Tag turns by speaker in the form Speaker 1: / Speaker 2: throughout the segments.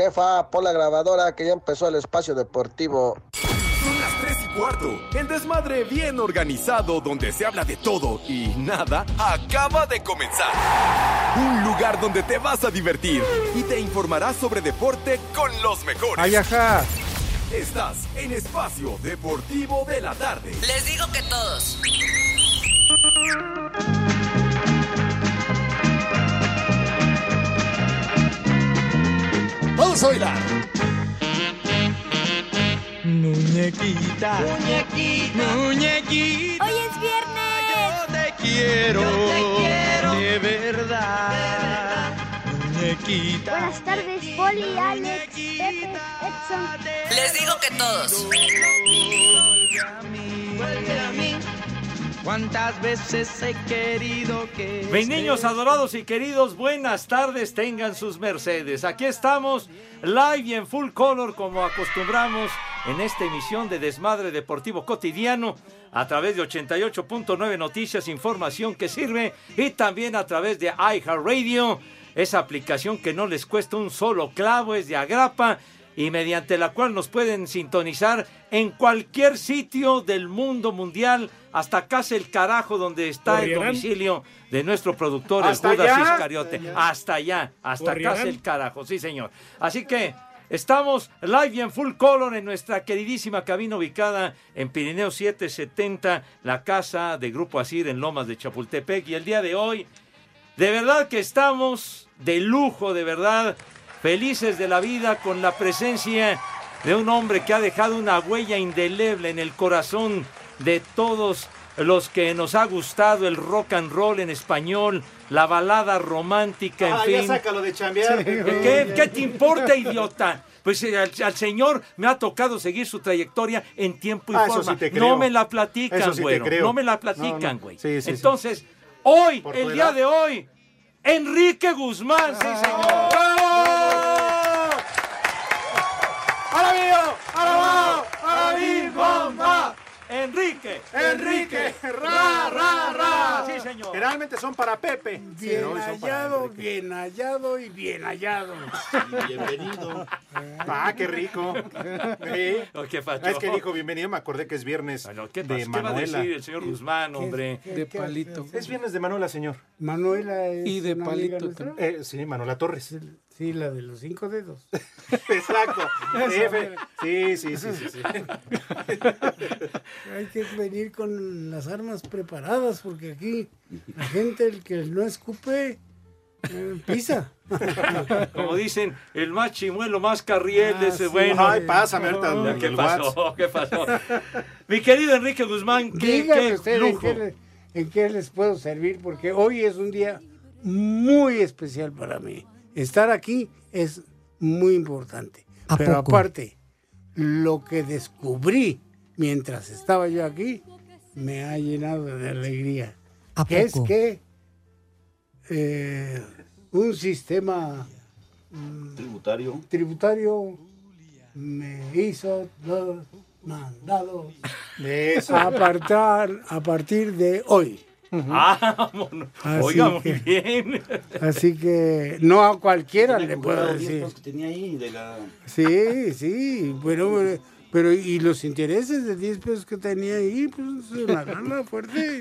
Speaker 1: Jefa, pon la grabadora que ya empezó el espacio deportivo.
Speaker 2: Son las 3 y cuarto. El desmadre bien organizado donde se habla de todo y nada acaba de comenzar. Un lugar donde te vas a divertir y te informarás sobre deporte con los mejores.
Speaker 3: ¡Ay, ajá!
Speaker 2: Estás en Espacio Deportivo de la Tarde.
Speaker 4: Les digo que todos.
Speaker 2: Vamos a bailar.
Speaker 5: Muñequita,
Speaker 6: Muñequita,
Speaker 5: muñequita,
Speaker 7: Hoy es viernes.
Speaker 5: yo te quiero,
Speaker 6: Yo te quiero.
Speaker 5: de verdad. Muñequita,
Speaker 7: Buenas tardes, Poli, Alex, Pepe, Edson.
Speaker 4: Les digo que todos.
Speaker 6: vuelve a mí.
Speaker 5: cuántas veces he querido que
Speaker 8: Mis niños
Speaker 6: ¿eh?
Speaker 8: adorados y queridos, buenas tardes, tengan sus mercedes. Aquí estamos, live y en full color, como acostumbramos en esta emisión de Desmadre Deportivo Cotidiano, a través de 88.9 Noticias, información que sirve, y también a través de iHeartRadio, esa aplicación que no les cuesta un solo clavo, es de agrapa, y mediante la cual nos pueden sintonizar en cualquier sitio del mundo mundial, hasta casi el carajo donde está el
Speaker 3: ¿Corrieran?
Speaker 8: domicilio de nuestro productor, el
Speaker 3: ¿Hasta
Speaker 8: Judas
Speaker 3: allá?
Speaker 8: Iscariote. Hasta allá, hasta
Speaker 3: ¿Corrieran?
Speaker 8: casi el carajo, sí señor. Así que estamos live y en full color en nuestra queridísima cabina ubicada en Pirineo 770, la casa de Grupo Asir en Lomas de Chapultepec. Y el día de hoy, de verdad que estamos de lujo, de verdad, felices de la vida con la presencia de un hombre que ha dejado una huella indeleble en el corazón de todos los que nos ha gustado el rock and roll en español, la balada romántica, en fin.
Speaker 9: de chambear.
Speaker 8: ¿Qué, qué te importa, idiota? Pues eh, al, al señor me ha tocado seguir su trayectoria en tiempo y
Speaker 9: Ah, eso
Speaker 8: forma.
Speaker 9: sí te creo.
Speaker 8: No me la platican,
Speaker 9: Eso sí te
Speaker 8: güero.
Speaker 9: creo.
Speaker 8: No me la
Speaker 9: No,
Speaker 8: platican,
Speaker 9: no.
Speaker 8: güey.
Speaker 9: Sí, sí, sí.
Speaker 8: Entonces, hoy,
Speaker 9: Por tu
Speaker 8: el día
Speaker 9: edad. Ah.
Speaker 8: de hoy, Enrique Guzmán, sí, señor. ¡Ahora mío! ¡Ahora ¡Ahora ¡Enrique!
Speaker 9: Enrique,
Speaker 8: ¡Ra, ra, ra! Sí, señor.
Speaker 9: Generalmente son para Pepe.
Speaker 10: Bien
Speaker 9: pero hoy son para
Speaker 10: hallado,
Speaker 9: Enrique.
Speaker 10: bien hallado y bien hallado.
Speaker 9: Ah, qué rico. Sí.
Speaker 8: Oh, qué facho.
Speaker 9: Es que dijo bienvenido, me acordé que es viernes
Speaker 8: Bueno, ¿qué,
Speaker 9: de
Speaker 8: pas- ¿Qué va a
Speaker 9: Manuela.
Speaker 8: decir el señor Guzmán, hombre?
Speaker 10: ¿Qué-
Speaker 3: De
Speaker 10: qué-
Speaker 3: palito.
Speaker 9: Es viernes de Manuela, señor.
Speaker 10: Manuela es
Speaker 3: Y de
Speaker 10: una
Speaker 3: palito
Speaker 10: amiga nuestra.
Speaker 9: Eh, sí, Manuela Torres.
Speaker 10: Sí, la de los cinco dedos.
Speaker 9: Exacto. F. Sí, sí, sí, sí, sí.
Speaker 10: Hay que venir con las armas preparadas porque aquí la gente el que no escupe eh, pisa.
Speaker 8: Como dicen, el más chimuelo, más carriel
Speaker 10: Ah,
Speaker 8: de ese
Speaker 10: sí.
Speaker 8: bueno.
Speaker 9: Ay, pásame ahorita.
Speaker 8: Ya, ¿Qué
Speaker 9: el WhatsApp.
Speaker 8: pasó? ¿Qué pasó? Mi querido Enrique Guzmán, qué,
Speaker 10: Díganme
Speaker 8: qué
Speaker 10: ustedes en
Speaker 8: lujo.
Speaker 10: qué, le- en qué les puedo servir porque hoy es un día muy especial para mí. Estar aquí es muy importante.
Speaker 11: ¿A
Speaker 10: Pero
Speaker 11: poco?
Speaker 10: aparte, lo que descubrí mientras estaba yo aquí me ha llenado de alegría.
Speaker 11: ¿A
Speaker 10: Que es
Speaker 11: poco?
Speaker 10: que eh, un sistema mm,
Speaker 12: tributario.
Speaker 10: tributario me hizo los mandados
Speaker 9: Eso.
Speaker 10: apartar a partir de hoy.
Speaker 8: Ah, vámonos.
Speaker 10: Así
Speaker 8: Oiga, muy
Speaker 10: que-
Speaker 8: bien.
Speaker 10: Así que no a cualquiera
Speaker 12: Tiene
Speaker 10: le
Speaker 12: que
Speaker 10: puedo
Speaker 12: cobrar los
Speaker 10: decir.
Speaker 12: diezmos que tenía ahí de la...
Speaker 10: Sí, sí, pero, pero y los intereses de 10 pesos que tenía ahí, pues es una lana fuerte.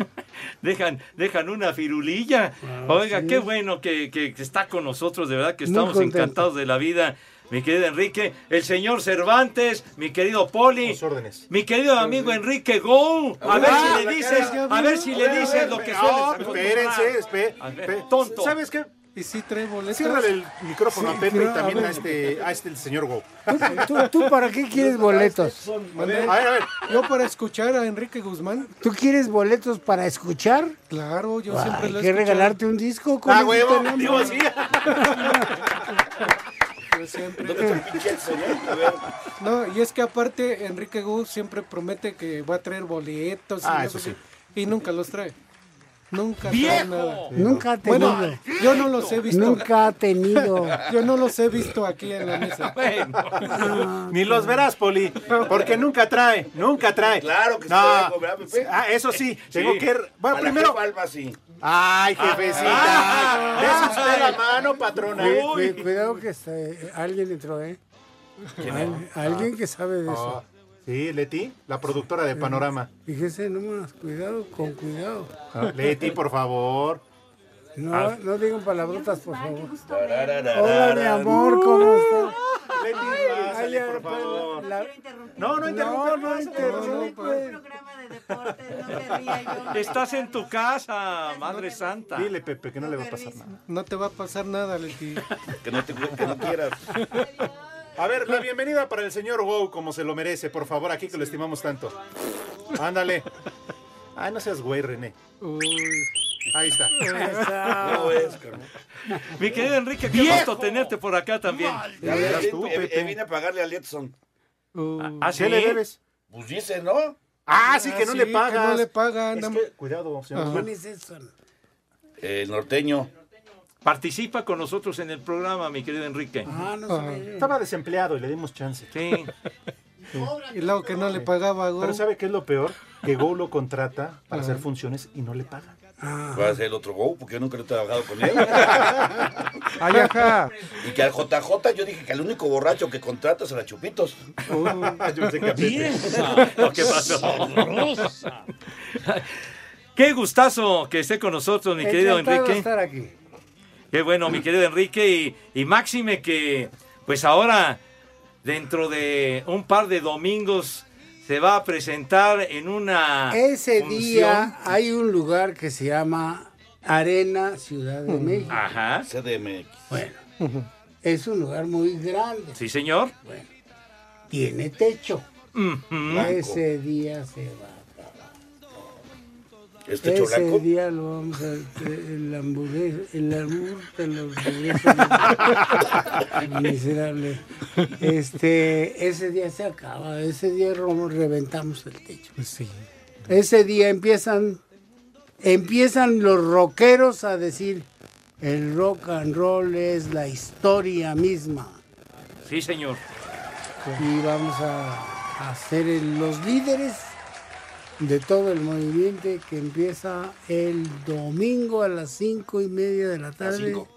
Speaker 8: Dejan, dejan una firulilla.
Speaker 10: Ah,
Speaker 8: Oiga,
Speaker 10: sí.
Speaker 8: qué bueno que, que está con nosotros, de verdad que
Speaker 10: Muy
Speaker 8: estamos
Speaker 10: contento.
Speaker 8: encantados de la vida. Mi querido Enrique, el señor Cervantes, mi querido Poli,
Speaker 9: Los órdenes.
Speaker 8: mi querido amigo Enrique Go. A ver
Speaker 9: Ah,
Speaker 8: si
Speaker 9: la
Speaker 8: le dices,
Speaker 9: cara.
Speaker 8: a ver si
Speaker 9: A
Speaker 8: le
Speaker 9: ver, a
Speaker 8: dices
Speaker 9: ver,
Speaker 8: lo que
Speaker 9: no,
Speaker 8: sueles
Speaker 9: Espérense, espé-
Speaker 8: A ver,
Speaker 9: espé-
Speaker 8: tonto.
Speaker 9: ¿Sabes qué?
Speaker 3: ¿Y si trae boletos?
Speaker 9: Cierra el micrófono a Pepe
Speaker 10: pero,
Speaker 9: y
Speaker 10: a
Speaker 9: también
Speaker 10: ver.
Speaker 9: a este, a este el señor Go.
Speaker 10: ¿Tú, tú, tú para qué quieres boletos?
Speaker 9: A ver, a ver.
Speaker 3: Yo para escuchar a Enrique Guzmán,
Speaker 10: ¿Tú quieres boletos para escuchar?
Speaker 3: claro, yo siempre
Speaker 10: Hay
Speaker 3: lo he
Speaker 10: que
Speaker 3: escuchado.
Speaker 10: regalarte un disco con
Speaker 9: Ah,
Speaker 10: eso
Speaker 9: huevo.
Speaker 10: tenemos.
Speaker 9: Digo así.
Speaker 3: Yo siempre- No, y es que aparte Enrique Gu siempre promete que va a traer boletos y,
Speaker 9: Ah,
Speaker 3: no
Speaker 9: eso
Speaker 3: sé
Speaker 9: sí.
Speaker 3: qué, y nunca los trae. Nunca trae nada.
Speaker 8: ¡Viejo!
Speaker 10: Nunca ha tenido.
Speaker 3: Bueno, yo no los he visto.
Speaker 10: Ah, nunca ha tenido.
Speaker 3: Yo no los he visto aquí en la mesa.
Speaker 8: Bueno.
Speaker 9: Ni los verás, Poli, porque nunca trae, nunca trae.
Speaker 12: Claro que se
Speaker 9: No.
Speaker 12: debe cobrar, Pepe.
Speaker 9: Ah, eso sí, tengo que... Bueno,
Speaker 12: ¿Para
Speaker 9: primero,
Speaker 12: qué palma así?
Speaker 9: Ay, jefecita.
Speaker 10: Ah,
Speaker 9: Ay,
Speaker 10: ah,
Speaker 9: Dese usted
Speaker 10: ah,
Speaker 9: la mano, patrona.
Speaker 10: Cu- cu- Cuidado que está- eh, alguien entró, ¿eh?
Speaker 9: ¿Quién
Speaker 10: Al-
Speaker 9: es?
Speaker 10: alguien que sabe de
Speaker 9: Ah,
Speaker 10: eso.
Speaker 9: Sí, Leti, la productora de Panorama.
Speaker 10: Fíjese nomás, cuidado, con cuidado.
Speaker 9: Ah, Leti, por favor.
Speaker 8: Ah.
Speaker 10: No, no digan palabrotas, por favor. Hola,
Speaker 9: Hola,
Speaker 10: mi amor, ¿cómo estás? pues,
Speaker 9: Leti, pásale, por favor. No, no interrumpa.
Speaker 10: No, no interrumpe.
Speaker 8: Estás en tu casa, Madre Santa.
Speaker 9: Dile, Pepe, que no le va a pasar nada.
Speaker 3: No te va a pasar nada, Leti.
Speaker 11: Que no, te, que no quieras.
Speaker 9: A ver, la bienvenida para el señor Wow, como se lo merece, por favor, aquí que lo estimamos tanto. Ándale. Ay, no seas güey, René. Ahí está.
Speaker 11: No es, carnal.
Speaker 8: Mi querido Enrique, qué
Speaker 9: ¡Viejo!
Speaker 8: gusto tenerte por acá también.
Speaker 11: Ya verás
Speaker 9: eres
Speaker 11: tú,
Speaker 9: tú,
Speaker 11: eh,
Speaker 9: Pepe.
Speaker 11: eh, vine a pagarle a Letson.
Speaker 8: ¿Ah, sí?
Speaker 9: ¿Qué le debes?
Speaker 11: Pues dice, ¿no?
Speaker 9: Ah, sí, que no
Speaker 3: Ah,
Speaker 9: le
Speaker 3: sí,
Speaker 9: pagas.
Speaker 3: que no le pagan,
Speaker 9: Es
Speaker 3: no-
Speaker 9: que- cuidado, señor.
Speaker 10: ¿Quién es eso?
Speaker 11: Eh, El norteño.
Speaker 8: Participa con nosotros en el programa, mi querido Enrique.
Speaker 10: Ah, no sabía.
Speaker 9: Estaba desempleado y le dimos chance.
Speaker 8: Sí.
Speaker 3: Y luego que no le pagaba, güey.
Speaker 9: Pero ¿sabe qué es lo peor? Que Go lo contrata para hacer funciones y no le paga.
Speaker 10: Ah.
Speaker 11: Va a ser el otro Go, porque yo nunca he trabajado con él.
Speaker 3: Ay, ajá.
Speaker 11: Y que al JJ yo dije que el único borracho que contratas a la Chupitos.
Speaker 9: Oh. Yo pensé que a Pepe.
Speaker 8: Lo que pasó. Qué gustazo que esté con nosotros, mi querido
Speaker 10: Encantado de
Speaker 8: Enrique.
Speaker 10: estar aquí.
Speaker 8: Qué bueno, mi querido Enrique. Y, y máxime que, pues ahora, dentro de un par de domingos, se va a presentar en una.
Speaker 10: Ese
Speaker 8: Ah. función.
Speaker 10: día hay un lugar que se llama Arena Ciudad de México.
Speaker 8: Ajá.
Speaker 11: CDMX.
Speaker 10: Bueno, es un lugar muy grande.
Speaker 8: Sí, señor.
Speaker 10: Tiene techo.
Speaker 8: Ujú.
Speaker 11: Blanco.
Speaker 10: Ese día se va.
Speaker 11: Este techo
Speaker 10: Ese
Speaker 11: blanco.
Speaker 10: día lo vamos a el hamburguesa, el amor de la hamburguesa. miserable. Este, ese día se acaba, ese día rom- reventamos el techo. Ese día empiezan empiezan los rockeros a decir el rock and roll es la historia misma
Speaker 8: Sí, señor.
Speaker 10: y vamos a, a ser el- los líderes de todo el movimiento que empieza el domingo a las cinco y media de la tarde.
Speaker 11: cinco.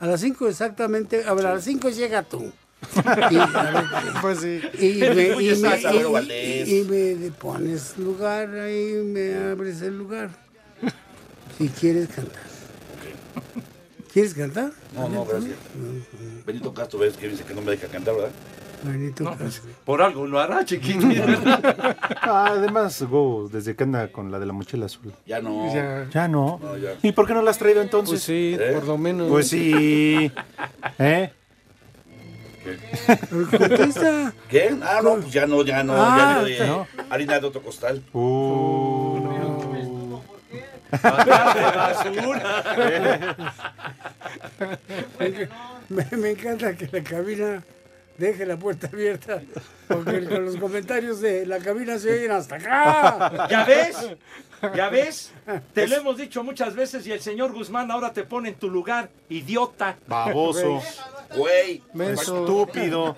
Speaker 10: A las cinco exactamente, a, ver, a las cinco llega tú. Y, a ver,
Speaker 3: Pues sí.
Speaker 10: y me, y
Speaker 11: Escuchas a
Speaker 10: me-
Speaker 11: Sabero
Speaker 10: y-
Speaker 11: Valdés.
Speaker 10: y me pones lugar ahí, me abres el lugar. Si quieres cantar. ¿Quieres cantar?
Speaker 11: No, no, gracias. Benito Castro ves que dice que no me deja cantar, ¿verdad?
Speaker 10: Benito Castro.
Speaker 8: Por algo lo hará, chiquitín.
Speaker 9: Ah, además, Go, desde que anda con la de la mochila azul.
Speaker 11: Ya no.
Speaker 3: Ya.
Speaker 9: Ya no.
Speaker 11: No, ya.
Speaker 9: ¿Y por qué no la has traído entonces?
Speaker 3: Pues sí,
Speaker 11: ¿Eh?
Speaker 3: por lo menos.
Speaker 9: Pues sí. ¿Eh?
Speaker 10: Contesta.
Speaker 11: ¿Qué? Ah, no, pues ya no, ya no.
Speaker 10: Ah,
Speaker 11: ya no, eh, Harina de otro costal.
Speaker 9: Uh.
Speaker 10: Me, me encanta que la cabina deje la puerta abierta, porque con los comentarios de la cabina se oyen hasta acá.
Speaker 8: ¿Ya ves? ¿Ya ves? Te lo hemos dicho muchas veces y el señor Guzmán ahora te pone en tu lugar, idiota.
Speaker 9: Baboso.
Speaker 11: Güey.
Speaker 3: Menso.
Speaker 9: Estúpido.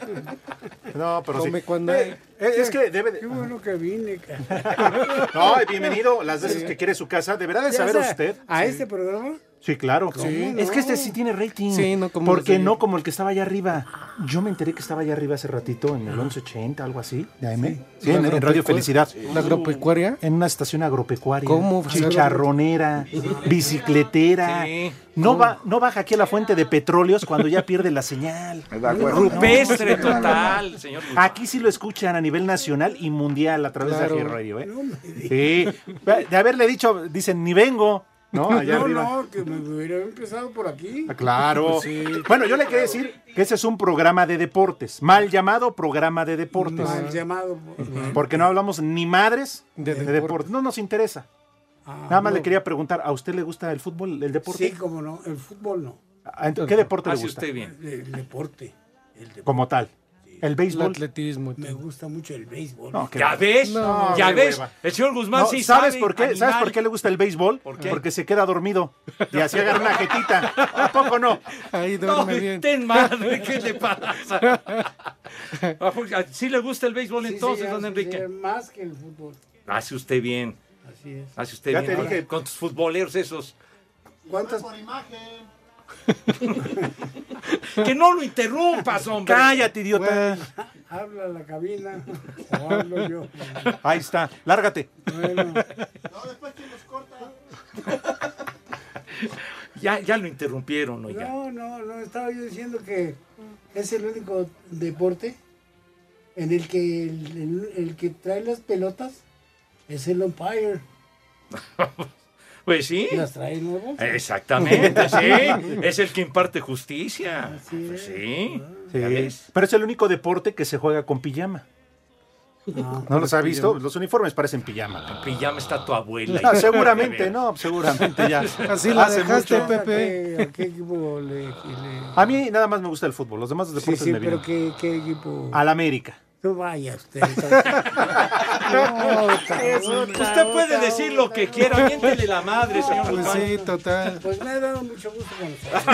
Speaker 9: No, pero sí.
Speaker 3: Come cuando
Speaker 9: Eh, eh, es que debe de-
Speaker 10: Qué bueno que vine. cara.
Speaker 9: Ah, No, bienvenido. Las veces que quiere su casa, deberá de saber
Speaker 10: Ya sea,
Speaker 9: usted.
Speaker 10: A este programa.
Speaker 9: Sí, claro.
Speaker 10: Sí.
Speaker 9: Es que este sí tiene rating.
Speaker 3: Sí, no como los de
Speaker 9: Porque
Speaker 3: ayer.
Speaker 9: no como el que estaba allá arriba. Yo me enteré que estaba allá arriba hace ratito en el 1180, algo así, de AM. Ah. Sí, en, en Radio Felicidad.
Speaker 3: La agropecuaria.
Speaker 9: En una estación agropecuaria.
Speaker 3: ¿Cómo?
Speaker 9: Chicharronera, bicicletera.
Speaker 8: Sí.
Speaker 9: No, va, no baja aquí a la fuente de petróleos cuando ya pierde la señal.
Speaker 8: Rupestre total, señor Guzmán.
Speaker 9: Aquí sí lo escuchan a nivel nacional y mundial a través
Speaker 3: Claro.
Speaker 9: de Ají Radio, ¿eh? Sí. De haberle dicho, dicen, ni vengo. No,
Speaker 10: no,
Speaker 9: allá
Speaker 10: Pues
Speaker 9: arriba.
Speaker 10: no, que me hubiera empezado por aquí.
Speaker 9: Ah, Claro. Bueno, yo le quería decir que ese es un programa de deportes, mal llamado programa de deportes.
Speaker 10: Mal llamado.
Speaker 9: Porque no hablamos ni madres
Speaker 3: De
Speaker 9: de,
Speaker 3: deportes.
Speaker 9: deportes. No nos interesa.
Speaker 10: Ah,
Speaker 9: Nada más
Speaker 10: no.
Speaker 9: le quería preguntar, ¿a usted le gusta el fútbol, el deporte?
Speaker 10: Sí, como no. El fútbol no.
Speaker 9: Ah, entonces, ¿Qué deporte le
Speaker 8: Hace
Speaker 9: gusta?
Speaker 8: usted bien.
Speaker 10: El deporte. El deporte.
Speaker 9: Como tal. ¿El
Speaker 3: El
Speaker 9: béisbol?
Speaker 3: atletismo.
Speaker 10: Me gusta mucho el béisbol.
Speaker 9: No, qué
Speaker 8: ¿Ya
Speaker 9: va.
Speaker 8: ves?
Speaker 9: No,
Speaker 8: ¿Ya
Speaker 9: qué
Speaker 8: ves?
Speaker 9: hueva.
Speaker 8: El señor Guzmán
Speaker 9: No,
Speaker 8: sí
Speaker 9: ¿sabes
Speaker 8: sabe,
Speaker 9: por qué? ¿Sabes
Speaker 8: animal.
Speaker 9: por qué le gusta el béisbol?
Speaker 8: ¿Por qué?
Speaker 9: Porque se queda dormido y así agarra una jetita. ¿A poco no?
Speaker 3: Ahí
Speaker 8: No,
Speaker 3: duerme bien.
Speaker 8: ten madre, ¿qué le pasa? Ah, porque ¿Sí le gusta el béisbol
Speaker 10: Sí,
Speaker 8: entonces,
Speaker 10: sí,
Speaker 8: don
Speaker 10: sí,
Speaker 8: Enrique?
Speaker 10: sí, Más que el fútbol.
Speaker 8: Hace usted bien,
Speaker 10: Así es.
Speaker 8: hace usted
Speaker 9: Ya
Speaker 8: bien.
Speaker 9: te
Speaker 8: Ahora,
Speaker 9: dije.
Speaker 8: Con tus futboleros esos.
Speaker 10: ¿Cuántas?
Speaker 8: que no lo interrumpas, hombre.
Speaker 9: Cállate, idiota.
Speaker 10: Ah, Habla la cabina. O hablo yo.
Speaker 9: Ahí está, lárgate.
Speaker 8: Ya, ya lo interrumpieron, oiga.
Speaker 10: No, no, no, estaba yo diciendo que es el único deporte en el que el, el- el que trae las pelotas es el umpire.
Speaker 8: Pues sí.
Speaker 10: Las trae nuevas.
Speaker 8: Eh, Exactamente, sí. Es el que imparte justicia. Pues sí.
Speaker 9: Ah.
Speaker 8: ¿Ya ves?
Speaker 9: Pero es el único deporte que se juega con pijama. ¿No los ha visto? Los uniformes parecen pijama.
Speaker 8: Pijama está tu abuela.
Speaker 9: Ah, seguramente, no, seguramente ya.
Speaker 10: Así la
Speaker 9: Hace
Speaker 10: dejaste,
Speaker 9: mucho.
Speaker 10: Pepe. ¿A qué equipo le.? que le-
Speaker 8: Ah,
Speaker 9: A mí nada más me gusta el fútbol, los demás
Speaker 10: Sí,
Speaker 9: deportes
Speaker 10: sí,
Speaker 9: me
Speaker 10: pero ¿qué,
Speaker 9: vienen.
Speaker 10: qué equipo?
Speaker 9: Al América.
Speaker 10: No vaya usted.
Speaker 8: No, Pues, Usted puede decir lo que quiera, miéntele la madre, señor
Speaker 3: Pues
Speaker 8: Guzmán.
Speaker 3: sí, total.
Speaker 10: Pues me ha dado mucho gusto con usted. Eso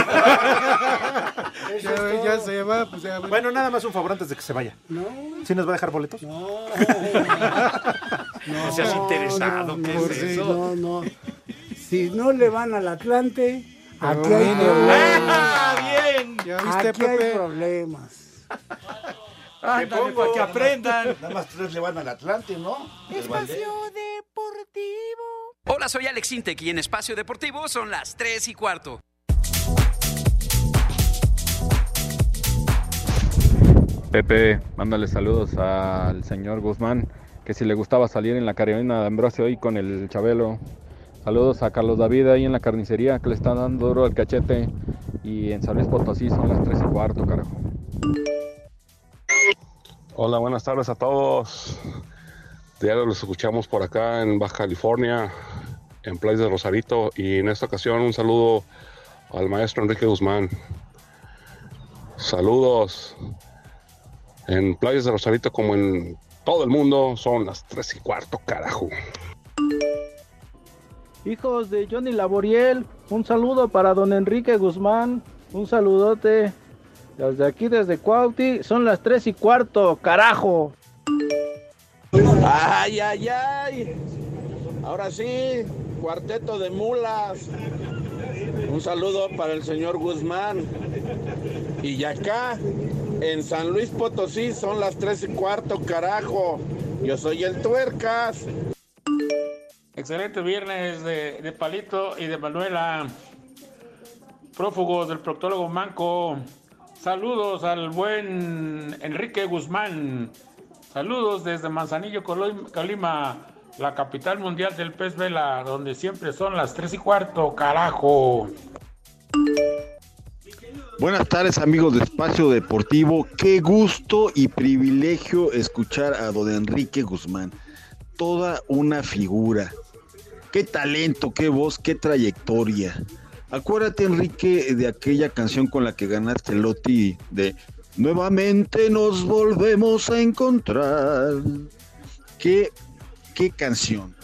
Speaker 3: Ya,
Speaker 10: es
Speaker 3: ya
Speaker 10: todo.
Speaker 3: se va, pues ya.
Speaker 9: Bueno, nada más un favor antes de que se vaya.
Speaker 10: No,
Speaker 9: ¿Sí nos va a dejar boletos?
Speaker 10: no.
Speaker 8: No seas interesado, pues. ¿qué
Speaker 10: no,
Speaker 8: es
Speaker 10: sí,
Speaker 8: eso?
Speaker 10: no, no. Si no le van al Atlante, aquí hay
Speaker 3: Domina.
Speaker 10: problemas.
Speaker 8: ¡Ah, bien!
Speaker 3: ¿Ya viste,
Speaker 10: Aquí hay
Speaker 3: Pepe?
Speaker 10: problemas.
Speaker 8: Ándale,
Speaker 13: pues,
Speaker 8: para que aprendan.
Speaker 11: Nada más tres le van al Atlante, ¿no? Les valdría.
Speaker 12: Hola, soy Alex Intec y en Espacio Deportivo son las 3 y cuarto.
Speaker 14: Pepe, mándale saludos al señor Guzmán, que si le gustaba salir en la carabina de Ambrosio hoy con el Chabelo. Saludos a Carlos David ahí en la carnicería, que le está dando duro el cachete. Y en San Luis Potosí son las 3 y cuarto, carajo.
Speaker 15: Hola, buenas tardes a todos. Diario los escuchamos por acá en Baja California, en Place de Rosarito. Y en esta ocasión un saludo al maestro Enrique Guzmán. Saludos. En Playas de Rosarito, como en todo el mundo, son las 3 y cuarto, carajo.
Speaker 16: Hijos de Johnny Laboriel, un saludo para don Enrique Guzmán, un saludote. Desde aquí, desde Cuauti, son las 3 y cuarto, carajo.
Speaker 17: Ay, ay, ay. Ahora sí, cuarteto de mulas. Un saludo para el señor Guzmán. Y ya acá, en San Luis Potosí, son las tres y cuarto, carajo. Yo soy el tuercas.
Speaker 13: Excelente viernes de, de Palito y de Manuela, prófugos del proctólogo Manco. Saludos al buen Enrique Guzmán. Saludos desde Manzanillo, Colo- Colima, la capital mundial del pez vela, donde siempre son las tres y cuarto, carajo.
Speaker 18: Buenas tardes amigos de Espacio Deportivo, qué gusto y privilegio escuchar a don Enrique Guzmán, toda una figura, qué talento, qué voz, qué trayectoria. Acuérdate Enrique de aquella canción con la que ganaste el Loti de Nuevamente nos volvemos a encontrar. Qué, qué canción.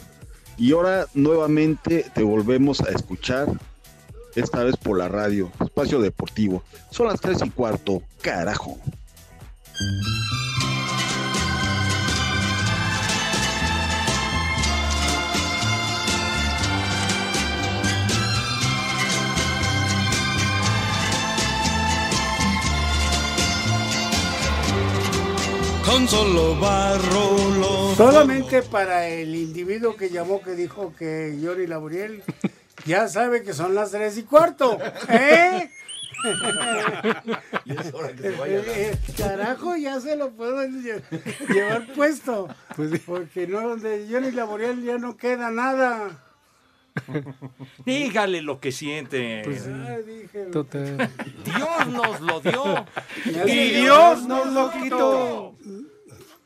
Speaker 18: Y ahora nuevamente te volvemos a escuchar esta vez por la radio, espacio deportivo. Son las tres y cuarto, carajo.
Speaker 5: Con solo barro lo
Speaker 10: Solamente para el individuo que llamó que dijo que Yori Laburiel ya sabe que son las tres y cuarto. ¿Eh?
Speaker 11: Y es hora que se vaya.
Speaker 10: Eh, Carajo, ya se lo puedo lle- llevar puesto.
Speaker 3: Pues
Speaker 10: Porque no, de Johnny Laboriel ya no queda nada.
Speaker 8: Dígale lo que siente.
Speaker 13: Pues
Speaker 10: Ay, dije,
Speaker 3: Total.
Speaker 8: Dios nos lo dio.
Speaker 10: Ya
Speaker 8: y
Speaker 10: sé,
Speaker 8: Dios nos lo quitó.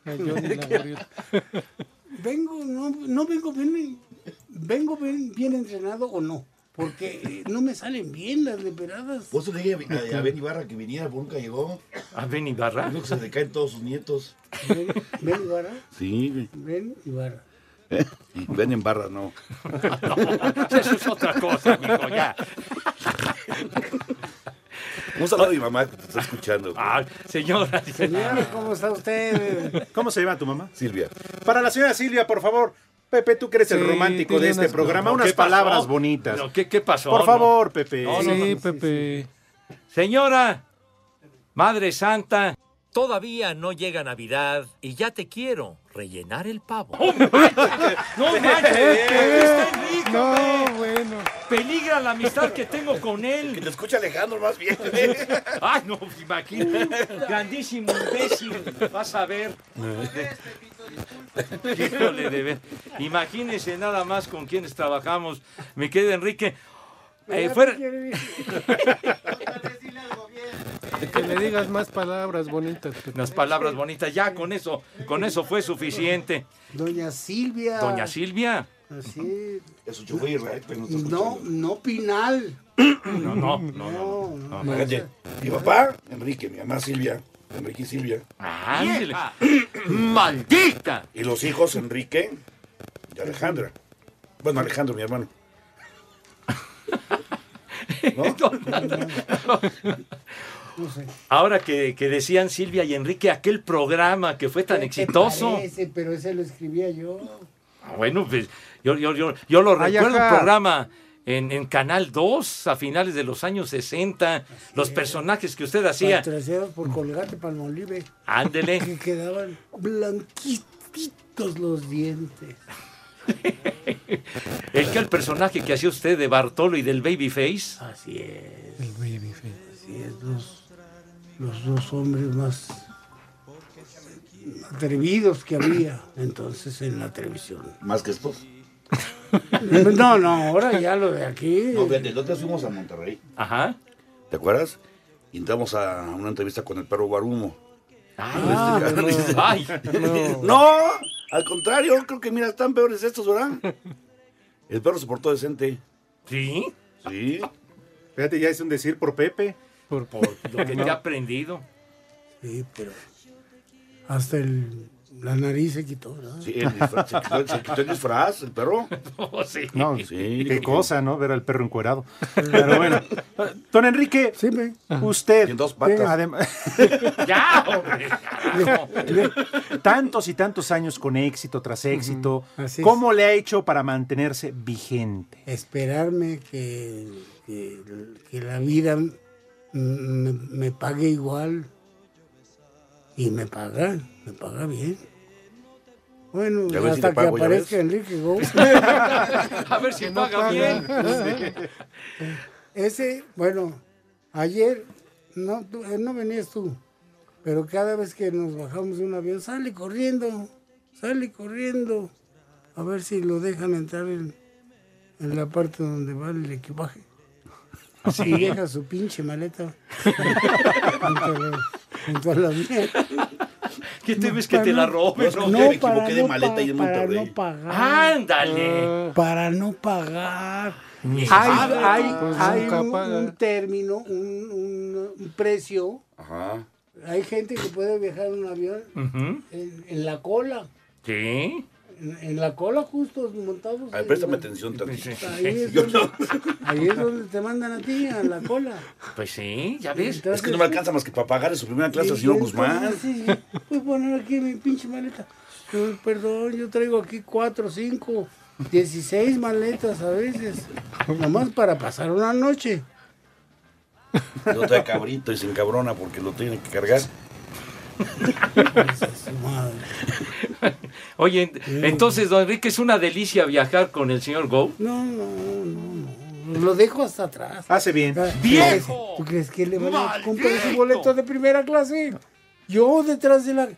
Speaker 3: A Johnny Laboriel.
Speaker 10: Vengo, no, no vengo bien, vengo bien, bien entrenado o no. Porque eh, no me salen bien las leperadas.
Speaker 11: Por eso le dije a, a Ben Ibarra que viniera, pero nunca llegó.
Speaker 8: ¿A Ben Ibarra?
Speaker 11: Dijo que se le caen todos sus nietos.
Speaker 10: ¿Ven, Ibarra?
Speaker 11: Sí,
Speaker 10: ¿Ven, Ibarra?
Speaker 11: Ben en barra, no.
Speaker 8: Eso es otra cosa, mijo, ya.
Speaker 11: Un saludo a mi mamá que te está escuchando.
Speaker 8: Ah, señora.
Speaker 10: Señora, ¿cómo está usted?
Speaker 9: ¿Cómo se llama tu mamá?
Speaker 11: Silvia.
Speaker 9: Para la señora Silvia, por favor. Pepe, tú que eres el
Speaker 3: Sí,
Speaker 9: romántico
Speaker 3: tiene
Speaker 9: de este
Speaker 3: unas-
Speaker 9: programa,
Speaker 3: No,
Speaker 9: unas
Speaker 3: ¿qué pasó?
Speaker 9: palabras bonitas.
Speaker 8: No, ¿qué, qué pasó?
Speaker 9: Por
Speaker 8: No.
Speaker 9: favor, Pepe.
Speaker 8: No, no, no, no. Señora, Madre Santa. Todavía no llega Navidad y ya te quiero rellenar el pavo. ¡No manches! ¡Está rico, No, bueno. Peligra la amistad que tengo con él. Que te escucha Alejandro más bien. ¿eh? ¡Ay, no! Imagínate. Grandísimo imbécil. Vas a ver. Híjole, de ver. Imagínense nada más con quienes trabajamos. Mi querido Enrique. Eh, fuera-
Speaker 3: Que le digas más palabras bonitas. pues, Pepe.
Speaker 8: Unas palabras bonitas, ya con eso, con eso fue suficiente.
Speaker 10: Doña Silvia.
Speaker 8: Doña Silvia,
Speaker 10: Así.
Speaker 11: Eso yo voy a Israel, pero no está
Speaker 10: No, no Pinal.
Speaker 8: No, no, no, no.
Speaker 10: no,
Speaker 11: escuchando. Fíjate, Mi papá, Enrique, mi mamá Silvia, Enrique y Silvia.
Speaker 8: Ándele. ¡Maldita!
Speaker 11: Y los hijos Enrique y Alejandra. Bueno, Alejandro, mi hermano.
Speaker 8: Ahora que, que decían Silvia y Enrique, aquel programa que fue tan exitoso.
Speaker 10: Parece, pero ese lo escribía yo.
Speaker 8: Ah, Bueno, pues yo, yo, yo, yo lo
Speaker 10: Ay,
Speaker 8: recuerdo el
Speaker 10: ajá.
Speaker 8: programa en, en Canal 2 a finales de los años 60, los personajes que usted hacía.
Speaker 10: Las traseras por colgate palmolive.
Speaker 8: Ándele.
Speaker 10: Que quedaban blanquititos los dientes.
Speaker 8: Es que el personaje que hacía usted de Bartolo y del Babyface.
Speaker 10: Así es. El babyface. Así es, los, los dos hombres más atrevidos que había entonces en la televisión.
Speaker 11: Más que estos.
Speaker 10: No, no, ahora ya lo de aquí.
Speaker 11: No, fíjate, el otro día fuimos a Monterrey.
Speaker 8: Ajá.
Speaker 11: ¿Te acuerdas? Y entramos a una entrevista con el perro Guarumo.
Speaker 10: Ah,
Speaker 11: Este,
Speaker 10: no.
Speaker 11: dice-
Speaker 10: Ay.
Speaker 11: no. al contrario, creo que mira, están peores estos, ¿verdad? El perro se portó decente.
Speaker 8: ¿Sí?
Speaker 11: Sí.
Speaker 9: Fíjate, ya es un decir por Pepe.
Speaker 10: Por,
Speaker 8: Lo que te ha aprendido.
Speaker 10: Sí, pero hasta el, la nariz se quitó, ¿verdad?
Speaker 11: Sí, el disfraz, se, quitó, se quitó el disfraz, el perro.
Speaker 8: No, Oh, sí.
Speaker 9: No,
Speaker 11: Sí.
Speaker 9: qué cosa, ¿no? Ver al perro encuerado. Pero bueno. Don Enrique, usted.
Speaker 11: Y en dos patas.
Speaker 9: eh, adem-
Speaker 8: ¡Ya, oh, hombre!
Speaker 9: tantos y tantos años con éxito tras éxito. ¿Cómo le ha hecho para mantenerse vigente?
Speaker 10: Esperarme que, que, que la vida m- me, me pague igual. Y me paga, me paga bien. Bueno,
Speaker 11: Ya ves si
Speaker 10: hasta
Speaker 11: te pago,
Speaker 10: que
Speaker 11: ya ves.
Speaker 10: aparezca Enrique Go.
Speaker 8: A ver si
Speaker 10: Que no
Speaker 8: paga,
Speaker 10: paga.
Speaker 8: bien.
Speaker 10: Ese, bueno, ayer no, tú- eh, no venías tú, pero cada vez que nos bajamos de un avión, sale corriendo, sale corriendo, a ver si lo dejan entrar en, en la parte donde va el equipaje.
Speaker 8: ¿Sí?
Speaker 10: Y deja su pinche maleta junto a la, junto a la mía.
Speaker 8: ¿Qué
Speaker 10: No,
Speaker 8: temes que te
Speaker 10: para
Speaker 8: la
Speaker 10: no-
Speaker 8: roben?
Speaker 10: no,
Speaker 8: hombre?
Speaker 10: para no pa- para no pagar.
Speaker 3: Ah.
Speaker 8: ¡Ándale!
Speaker 10: Para no pagar.
Speaker 8: Ni
Speaker 10: Hay,
Speaker 8: sabe.
Speaker 10: hay-
Speaker 8: Pues
Speaker 10: hay
Speaker 8: nunca
Speaker 10: un,
Speaker 8: paga.
Speaker 10: un término, un, un- un precio.
Speaker 11: Ajá.
Speaker 10: Hay gente que puede viajar en un avión
Speaker 8: Ujú.
Speaker 10: en, en la cola.
Speaker 8: ¿Sí?
Speaker 10: En, en la cola justo montados.
Speaker 11: A ver,
Speaker 10: en-
Speaker 11: préstame atención tantito.
Speaker 10: Ahí es, donde, ahí es donde te mandan a ti, a la cola.
Speaker 8: Pues sí, ya ves.
Speaker 11: es que no me alcanza más que para pagar en su primera clase al
Speaker 10: Y
Speaker 11: señor
Speaker 10: él
Speaker 11: Guzmán.
Speaker 10: pone así, Voy a poner aquí mi pinche maleta. Yo, perdón, yo traigo aquí cuatro, cinco, dieciséis maletas a veces. Nomás para pasar una noche.
Speaker 11: No trae cabrito y se encabrona porque lo tiene que cargar.
Speaker 8: Oye, ent- entonces, don Enrique, es una delicia viajar con el señor Go.
Speaker 10: No, no, no, no. Lo dejo hasta atrás. Ah,
Speaker 9: Hace Ah, bien.
Speaker 8: ¡Viejo!
Speaker 10: ¿Tú crees que le van a
Speaker 8: ¡Maldito!
Speaker 10: comprar su boleto de primera clase? Yo detrás de la...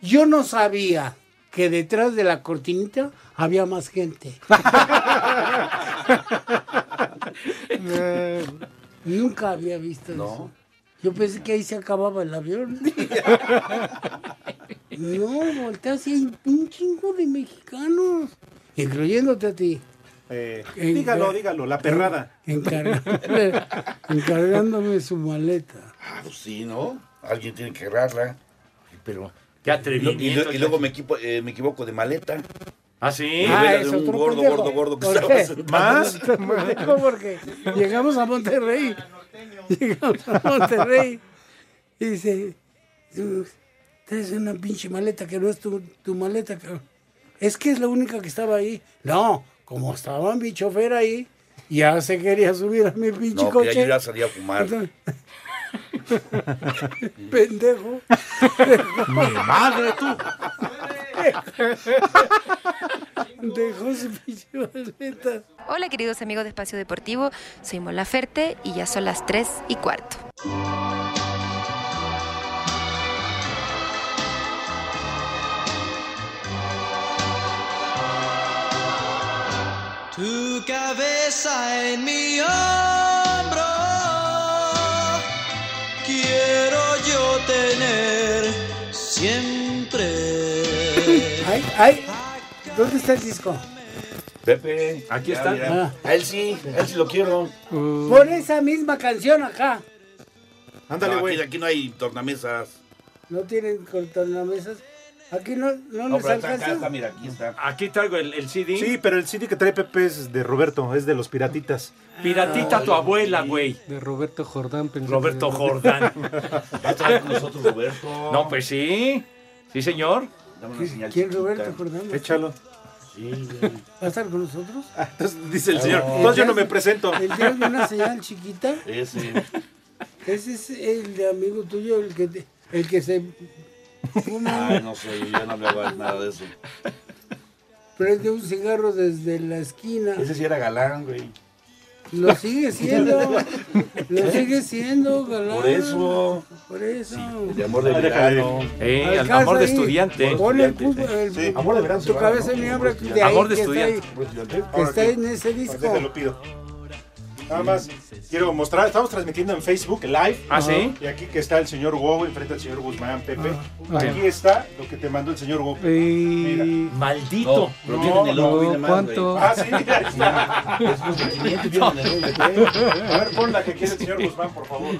Speaker 10: Yo no sabía que detrás de la cortinita había más gente. Eh, Nunca había visto eso. Yo pensé que ahí se acababa el avión. no, volteas y hay un chingo de mexicanos. Incluyéndote a ti.
Speaker 9: Eh, dígalo, dígalo, la perrada.
Speaker 10: Encargándome, encargándome su maleta.
Speaker 11: Ah, pues sí, ¿no? Alguien tiene que cargarla.
Speaker 8: Pero,
Speaker 11: Y, lo- y
Speaker 8: qué
Speaker 11: lo-
Speaker 8: atrevimiento.
Speaker 11: y luego me, equipo- eh, me equivoco de maleta.
Speaker 8: ¿Ah, sí?
Speaker 11: Y
Speaker 10: Ah,
Speaker 11: era de
Speaker 10: es
Speaker 11: un
Speaker 10: otro
Speaker 11: gordo,
Speaker 10: pendejo.
Speaker 11: gordo, gordo que
Speaker 10: ¿Por
Speaker 11: estaba
Speaker 10: qué?
Speaker 11: sentado.
Speaker 10: Más pendejo porque llegamos a Monterrey. Llegamos a Monterrey. Y dice, traes una pinche maleta que no es tu, tu maleta, cabrón. es que es la única que estaba ahí. No, como estaba mi chofer ahí, ya se quería subir a mi pinche
Speaker 11: No, que ya
Speaker 10: coche.
Speaker 11: yo ya salía a fumar.
Speaker 10: Entonces- Pendejo.
Speaker 11: Mi madre, tú.
Speaker 10: Dejó su pinche maleta.
Speaker 19: Hola queridos amigos de Espacio Deportivo, soy Mola Ferte y ya son las 3 y cuarto.
Speaker 6: Tu cabeza en mi hombro, quiero yo tener siempre.
Speaker 10: Ay, ay, ¿dónde está el disco?
Speaker 11: Pepe.
Speaker 10: Aquí
Speaker 11: ya,
Speaker 10: está.
Speaker 11: mira.
Speaker 10: Ah. Uh.
Speaker 11: A él sí, a él sí lo quiero.
Speaker 10: Pon esa misma canción acá.
Speaker 11: Ándale, güey. aquí, no hay tornamesas.
Speaker 10: ¿No tienen mesas? Aquí no, no,
Speaker 11: No,
Speaker 10: les
Speaker 11: pero acá, acá
Speaker 10: alcanza.
Speaker 11: está, Ah, mira, aquí está.
Speaker 8: Aquí traigo el, el CD.
Speaker 9: Sí, pero el CD que trae Pepe es de Roberto, es de los piratitas.
Speaker 8: Piratita
Speaker 10: Ah,
Speaker 8: tu abuela, güey.
Speaker 3: De Roberto Jordán. pensé
Speaker 8: Roberto
Speaker 3: que-
Speaker 8: Jordán.
Speaker 11: Va a traer con nosotros Roberto.
Speaker 8: No, pues sí. Sí, señor.
Speaker 11: Dame una señal
Speaker 10: ¿Quién
Speaker 11: chiquita.
Speaker 10: Roberto Jordán?
Speaker 9: Échalo. Ah,
Speaker 11: Sí, güey. Ah,
Speaker 10: ¿Va a estar con nosotros?
Speaker 9: Entonces dice el señor, entonces yo no me presento.
Speaker 10: ¿El día de una señal chiquita?
Speaker 11: Ese.
Speaker 10: Ese es el de amigo tuyo, el que, te- el que se...
Speaker 11: Ay, no sé, yo ya no hablaba nada de eso.
Speaker 10: Prende un cigarro desde la esquina.
Speaker 11: Ese sí era galán, güey.
Speaker 10: Lo sigue siendo. lo sigue siendo, galán.
Speaker 11: Por eso.
Speaker 10: Por eso.
Speaker 11: De amor de
Speaker 8: Ah, deja de-
Speaker 11: verano.
Speaker 8: Eh, al
Speaker 10: Alcanza
Speaker 8: amor de
Speaker 10: ahí.
Speaker 8: estudiante.
Speaker 10: Pon el pu- el-
Speaker 11: Sí, amor de verano.
Speaker 10: Tu cabeza en mi hambre, de ahí
Speaker 8: Amor de
Speaker 10: que está ahí.
Speaker 8: estudiante.
Speaker 11: pues,
Speaker 10: Que está en ese
Speaker 9: Ahorita te
Speaker 10: disco.
Speaker 9: lo pido. Nada más quiero mostrar, estamos transmitiendo en Facebook Live.
Speaker 8: Ah, ¿sí?
Speaker 9: Y aquí que está el señor Wow enfrente al señor Guzmán, Pepe.
Speaker 8: Ah.
Speaker 9: Aquí está lo que te mandó el señor Wow.
Speaker 10: Eh,
Speaker 9: Mira.
Speaker 8: Maldito.
Speaker 9: No, pero viene en el ojo, viene más, güey. Ah, sí, mira, ahí está. Es un sentimiento, viene en el ojo, Pepe. A ver, pon la que quiere el señor Guzmán, por favor.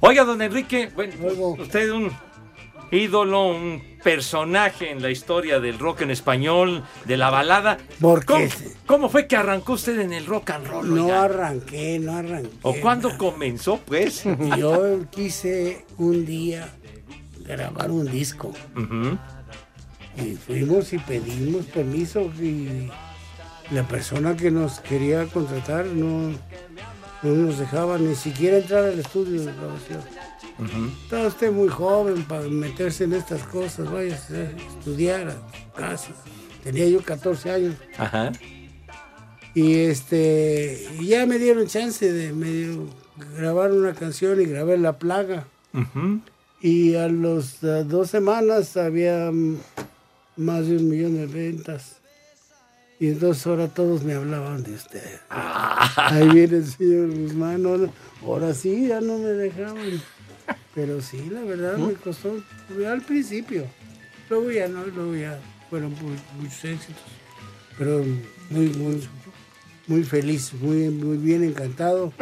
Speaker 8: Oiga, don Enrique, bueno, usted es un ídolo, un personaje en la historia del rock en español, de la balada.
Speaker 10: ¿Por
Speaker 8: ¿Cómo, cómo fue que arrancó usted en el rock and roll?
Speaker 10: No
Speaker 8: oiga?
Speaker 10: arranqué, no arranqué.
Speaker 8: ¿O cuándo comenzó, pues?
Speaker 10: Yo quise un día grabar un disco. Y fuimos y pedimos permiso y la persona que nos quería contratar no, no nos dejaba ni siquiera entrar al estudio de grabación. Estaba usted muy joven para meterse en estas cosas, vaya a estudiar a casa. Tenía yo 14 años.
Speaker 8: Ajá.
Speaker 10: Y este y ya me dieron chance de medio grabar una canción y grabé La Plaga. Y a las dos semanas había mm, más de un millón de ventas. Y entonces ahora todos me hablaban de usted. Ahí viene el señor Guzmán. ahora- Ahora sí, ya no me dejaban. Pero sí, la verdad me costó al principio. Luego ya no, luego ya fueron mu- muchos éxitos. Pero muy, muy, muy feliz, muy, muy bien encantado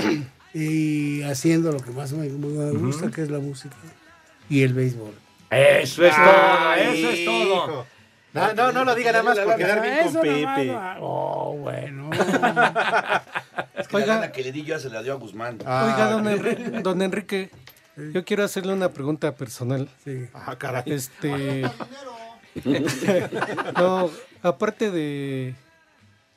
Speaker 10: y haciendo lo que más me, me gusta,
Speaker 8: Ujú.
Speaker 10: que es la música y el béisbol.
Speaker 8: Eso es todo,
Speaker 10: Ay,
Speaker 8: Ah, eso es todo.
Speaker 9: No, no, no lo diga nada más por quedar bien con Pepe.
Speaker 10: Oh, bueno.
Speaker 11: Es que la gana que le di yo ya se la dio a Guzmán.
Speaker 3: Oiga, don, Enri- don Enrique, yo quiero hacerle una pregunta personal.
Speaker 9: Ah, caray.
Speaker 3: Este. no, aparte de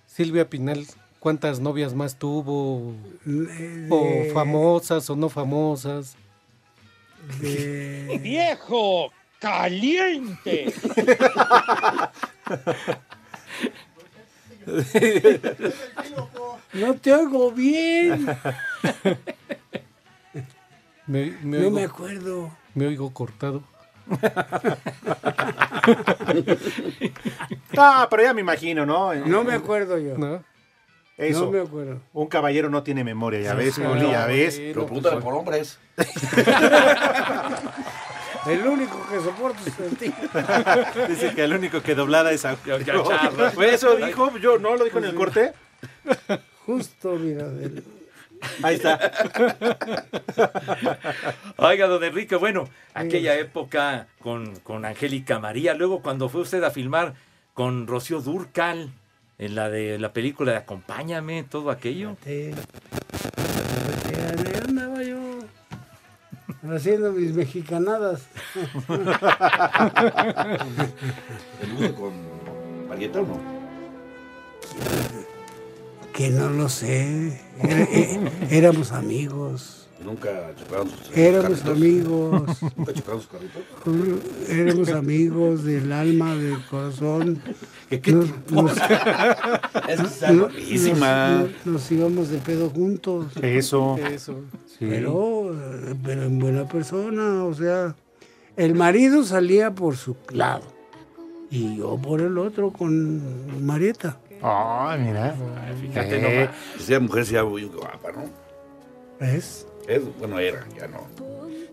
Speaker 3: Silvia Pinal, ¿cuántas novias más tuvo?
Speaker 10: de-
Speaker 3: O famosas o no famosas.
Speaker 20: ¡Viejo! ¡Caliente!
Speaker 10: No te oigo bien.
Speaker 3: Me- me
Speaker 10: No
Speaker 3: oigo-
Speaker 10: me acuerdo.
Speaker 3: Me oigo cortado.
Speaker 9: Ah, pero ya me imagino, ¿no? Eh,
Speaker 10: No me acuerdo yo.
Speaker 3: No.
Speaker 9: Eso.
Speaker 10: No me acuerdo.
Speaker 9: Un caballero no tiene memoria, ya
Speaker 10: Sí,
Speaker 9: ves,
Speaker 10: sí,
Speaker 9: Poli,
Speaker 10: no,
Speaker 9: ya ves.
Speaker 10: sí, Pero no, pregúntale pues, por
Speaker 11: hombres.
Speaker 10: El único que soporto es el tío.
Speaker 9: Dice que el único que doblada es a...
Speaker 10: ya, charla.
Speaker 9: Pues Eso dijo, yo no lo dijo en el corte.
Speaker 10: Justo, mira. del-
Speaker 9: Ahí está.
Speaker 8: Oiga, don Enrique, bueno, aquella época con, con Angélica María, luego cuando fue usted a filmar con Rocío Durcal, en la de la película de Acompáñame, todo aquello.
Speaker 10: Ahí Eh, andaba yo haciendo mis mexicanadas.
Speaker 11: El Ude con ¿Marieta o no?
Speaker 10: Que no lo sé. Era- é- éramos amigos.
Speaker 11: Nunca chocaron sus
Speaker 10: Éramos
Speaker 11: carritos?
Speaker 10: amigos.
Speaker 11: Nunca chocaron sus carritos.
Speaker 10: Éramos amigos del alma, del corazón.
Speaker 11: ¿Qué- qué
Speaker 10: Nos-
Speaker 11: tipo?
Speaker 10: nos-
Speaker 11: Es que está
Speaker 10: nos-
Speaker 11: guapísima.
Speaker 10: nos- nos íbamos de pedo juntos.
Speaker 9: Eso.
Speaker 3: Eso.
Speaker 11: Sí.
Speaker 10: Pero, eh, pero en buena persona, o sea, el marido salía por su lado y yo por el otro con Marieta.
Speaker 9: Ay, mira.
Speaker 11: Fíjate nomás. Esa mujer se muy guapa, ¿no?
Speaker 10: ¿Es?
Speaker 11: Es, bueno, era, ya no.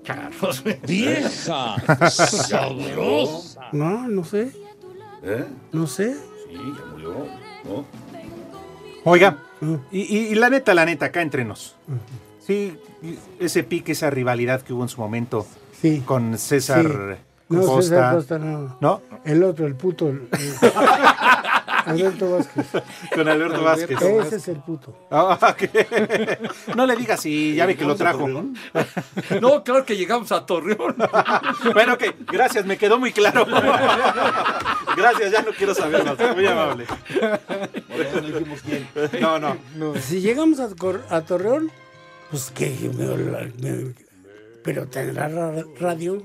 Speaker 8: Carlos.
Speaker 20: Vieja, sabrosa.
Speaker 10: No, no sé,
Speaker 11: ¿Eh?
Speaker 10: no sé.
Speaker 11: Sí, ya murió, ¿no?
Speaker 9: Oiga, y, y- y la neta, la neta, acá entre nos. Sí, ese pique, esa rivalidad que hubo en su momento con César eh,
Speaker 10: No,
Speaker 9: Costa.
Speaker 10: César Costa, no.
Speaker 9: ¿No?
Speaker 10: El otro, el puto. el- el- Alberto Vázquez.
Speaker 9: Con Alberto Vázquez.
Speaker 10: Ese es el puto.
Speaker 9: Ah, ok. No le digas si ya ve que lo trajo.
Speaker 8: No, claro que llegamos a Torreón.
Speaker 9: Bueno, ok, gracias, me quedó muy claro. Gracias, ya no quiero saber más. Muy amable. No, no.
Speaker 10: Pues, Si llegamos a, Cor- a Torreón, pues que me- me- pero tendrá ra- radio.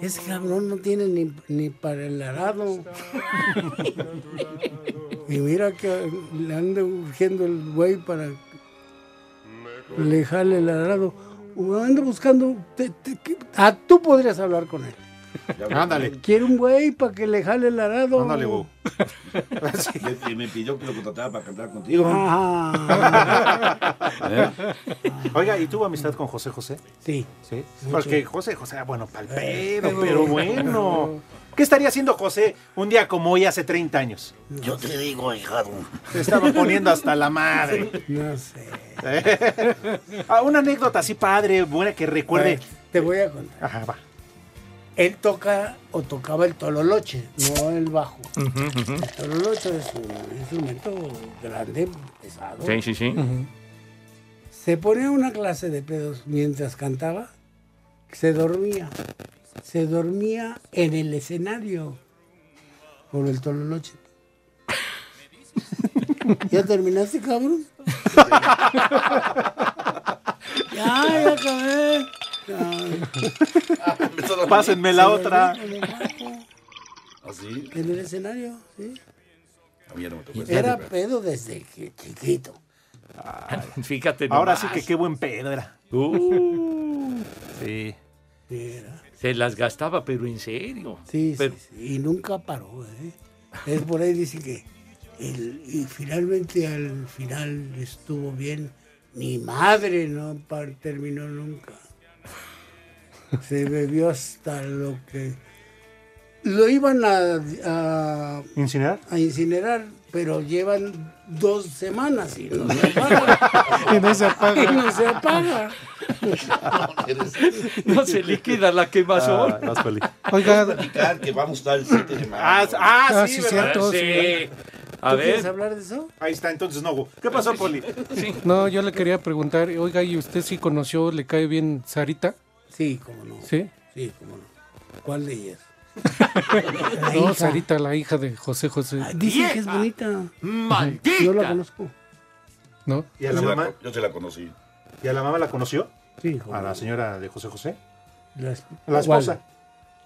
Speaker 10: Ese cabrón no tiene ni, ni para el arado. y mira que le anda urgiendo el güey para que le jale el arado. O Anda buscando. te- te- que- ah, tú podrías hablar con él.
Speaker 9: Ándale.
Speaker 10: Quiere un güey para que le jale el arado.
Speaker 11: Ándale, Hugo. Que- que me pidió que lo contratara para cantar contigo.
Speaker 10: Ah.
Speaker 9: ¿Eh? Oiga, ¿y tuvo amistad con José José?
Speaker 10: Sí.
Speaker 9: Sí.
Speaker 10: Mucho.
Speaker 9: Porque José José era bueno pal pedo, pero bueno. ¿Qué estaría haciendo José un día como hoy hace 30 años?
Speaker 11: Yo te digo, hijado.
Speaker 9: Se estaba poniendo hasta la madre.
Speaker 10: No sé.
Speaker 9: Ah, una anécdota así padre, buena que recuerde.
Speaker 10: Te voy a contar.
Speaker 9: Ajá, va.
Speaker 10: Él toca o tocaba el tololoche, no el bajo. El tololoche es un instrumento grande, pesado.
Speaker 8: Sí, sí, sí.
Speaker 10: Se ponía una clase de pedos mientras cantaba. Se dormía. Se dormía en el escenario por el tololoche. ¿Ya terminaste, cabrón? ya, ya acabé. Ya.
Speaker 9: Pásenme la
Speaker 10: Se
Speaker 9: otra.
Speaker 10: dormía con el bajo
Speaker 11: Así.
Speaker 10: En el escenario, sí.
Speaker 11: ¿Ah, A mí ya no me tocó.
Speaker 10: Era pedo desde que chiquito.
Speaker 8: Fíjate.
Speaker 9: Ahora
Speaker 8: nomás.
Speaker 9: sí que qué buen pedo era.
Speaker 8: Uh,
Speaker 9: sí.
Speaker 8: Se las gastaba, pero en serio.
Speaker 10: Sí,
Speaker 8: Pero-
Speaker 10: sí, sí, y nunca paró. ¿eh? Es por ahí dice que el- y finalmente al final estuvo bien. Ni madre no par- terminó nunca. Se bebió hasta lo que lo iban a, a-
Speaker 9: ¿Incinerar?
Speaker 10: a incinerar, pero llevan dos semanas y no se apaga.
Speaker 3: Y no se apaga.
Speaker 10: Y no se apaga.
Speaker 8: No se liquida la
Speaker 9: Ah,
Speaker 8: quemazón.
Speaker 3: Oiga,
Speaker 11: platicar que vamos a estar el 7 de mayo.
Speaker 9: Ah, ah,
Speaker 3: Ah,
Speaker 9: sí,
Speaker 3: sí,
Speaker 9: ¿verdad?
Speaker 3: cierto,
Speaker 9: Sí.
Speaker 8: A
Speaker 10: ¿Quieres hablar de eso?
Speaker 9: Ahí está, entonces no. Hugo. ¿Qué pasó, Poli?
Speaker 3: No, yo le quería preguntar, oiga, ¿y usted sí conoció, le cae bien Sarita?
Speaker 10: Sí, cómo no.
Speaker 3: ¿Sí?
Speaker 10: Sí, cómo no. ¿Cuál de ellas? La
Speaker 3: No,
Speaker 10: hija.
Speaker 3: Sarita, la hija de José José.
Speaker 10: Dicen Ah, que es bonita.
Speaker 8: ¡Maldita!
Speaker 10: Yo la conozco.
Speaker 3: ¿No?
Speaker 9: ¿Y a la
Speaker 11: Yo se
Speaker 9: mamá?
Speaker 11: co- Yo te la conocí.
Speaker 9: ¿Y a la mamá la conoció?
Speaker 10: Sí,
Speaker 9: A la señora de José José.
Speaker 10: La,
Speaker 9: La esposa.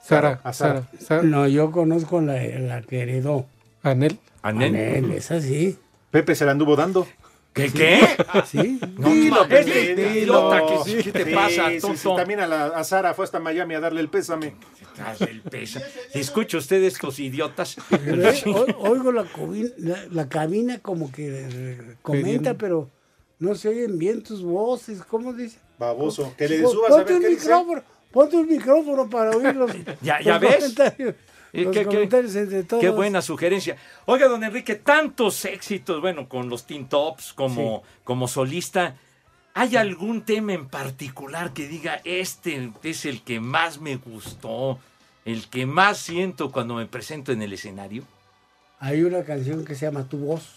Speaker 3: Sara,
Speaker 9: A
Speaker 3: Sara,
Speaker 9: Sara.
Speaker 3: Sara.
Speaker 10: No, yo conozco la, la que heredó.
Speaker 3: Anel.
Speaker 8: Anel.
Speaker 10: Anel, esa sí.
Speaker 9: Pepe se la anduvo dando.
Speaker 8: ¿Qué? ¿Qué?
Speaker 10: Sí.
Speaker 8: No, ma- este idiota que- ¿qué te pasa, tonto?
Speaker 9: También a, la- a Sara fue hasta Miami a darle el pésame.
Speaker 8: Hazle el pesa. Escucha usted estos idiotas.
Speaker 10: Pero, eh, o- oigo la, cobi- la- la cabina como que eh, comenta,
Speaker 9: Pidiendo.
Speaker 10: pero no se oyen bien tus voces. ¿Cómo dice?
Speaker 9: Baboso. Que le
Speaker 10: Pon-
Speaker 9: subas a
Speaker 10: ponte
Speaker 9: ver
Speaker 10: un
Speaker 9: qué dice.
Speaker 10: micrófono, ponte un micrófono para oír los,
Speaker 8: Ya- ya
Speaker 10: los
Speaker 8: ves.
Speaker 10: comentarios.
Speaker 8: Eh,
Speaker 10: los
Speaker 8: qué- qué-
Speaker 10: comentarios entre todos.
Speaker 8: Qué buena sugerencia. Oiga, don Enrique, tantos éxitos, bueno, con los Teen Tops como, como solista. ¿Hay algún tema en particular que diga, este es el que más me gustó, el que más siento cuando me presento en el escenario?
Speaker 10: Hay una canción que se llama Tu Voz.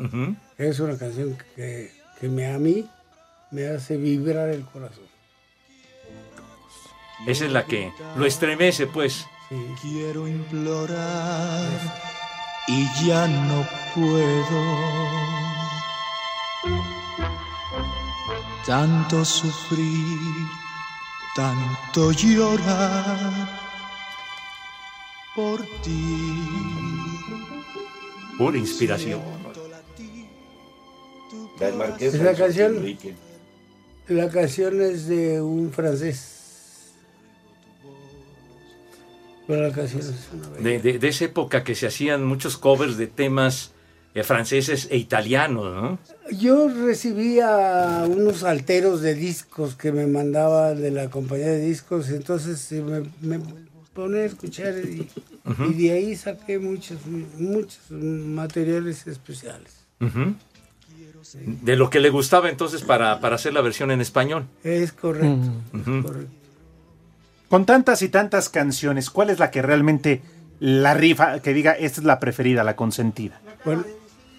Speaker 8: Ujú.
Speaker 10: Es una canción que, que me, a mí me hace vibrar el corazón.
Speaker 8: Esa es la que lo estremece, pues.
Speaker 10: Sí.
Speaker 6: Quiero implorar y ya no puedo. Tanto sufrir, tanto llorar por ti.
Speaker 8: Pura inspiración.
Speaker 11: Del Marqués
Speaker 10: Es la
Speaker 11: Francisco
Speaker 10: canción.
Speaker 11: Enrique.
Speaker 10: La canción es de un francés. Pero la canción es una bella.
Speaker 8: De, de- de esa época que se hacían muchos covers de temas eh, franceses e italianos, ¿no?
Speaker 10: Yo recibía unos alteros de discos que me mandaba de la compañía de discos, entonces sí, me, me ponía a escuchar y,
Speaker 8: Ujú.
Speaker 10: y de ahí saqué muchos, muchos materiales especiales.
Speaker 8: Ujú. De lo que le gustaba entonces para, para hacer la versión en español.
Speaker 10: Es correcto.
Speaker 9: Con tantas y tantas canciones, ¿cuál es la que realmente la rifa? Que diga, esta es la preferida, la consentida.
Speaker 10: Bueno,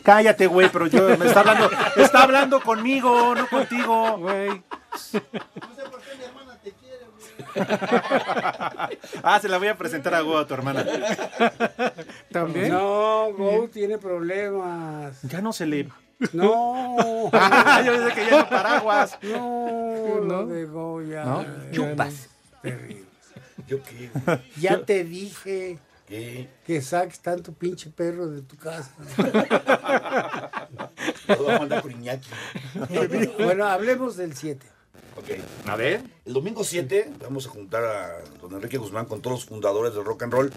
Speaker 9: Cállate, güey, pero yo me está hablando, está hablando conmigo, no contigo. Ah, se la voy a presentar a Go a tu hermana.
Speaker 10: ¿También? No, Go tiene problemas.
Speaker 9: Ya no se le.
Speaker 10: No.
Speaker 9: Ah, yo pensé que ya no paraguas.
Speaker 10: No, no. de Go ya.
Speaker 9: ¿No?
Speaker 10: ya
Speaker 9: Chupas.
Speaker 10: Terrible.
Speaker 11: ¿Yo qué?
Speaker 10: Ya te dije
Speaker 11: ¿Qué?
Speaker 10: que saques tanto pinche perro de tu casa.
Speaker 11: Lo voy a mandar con Iñaki.
Speaker 10: bueno, hablemos del 7.
Speaker 11: Ok.
Speaker 8: A ver.
Speaker 11: El domingo 7 vamos a juntar a don Enrique Guzmán con todos los fundadores del rock and roll.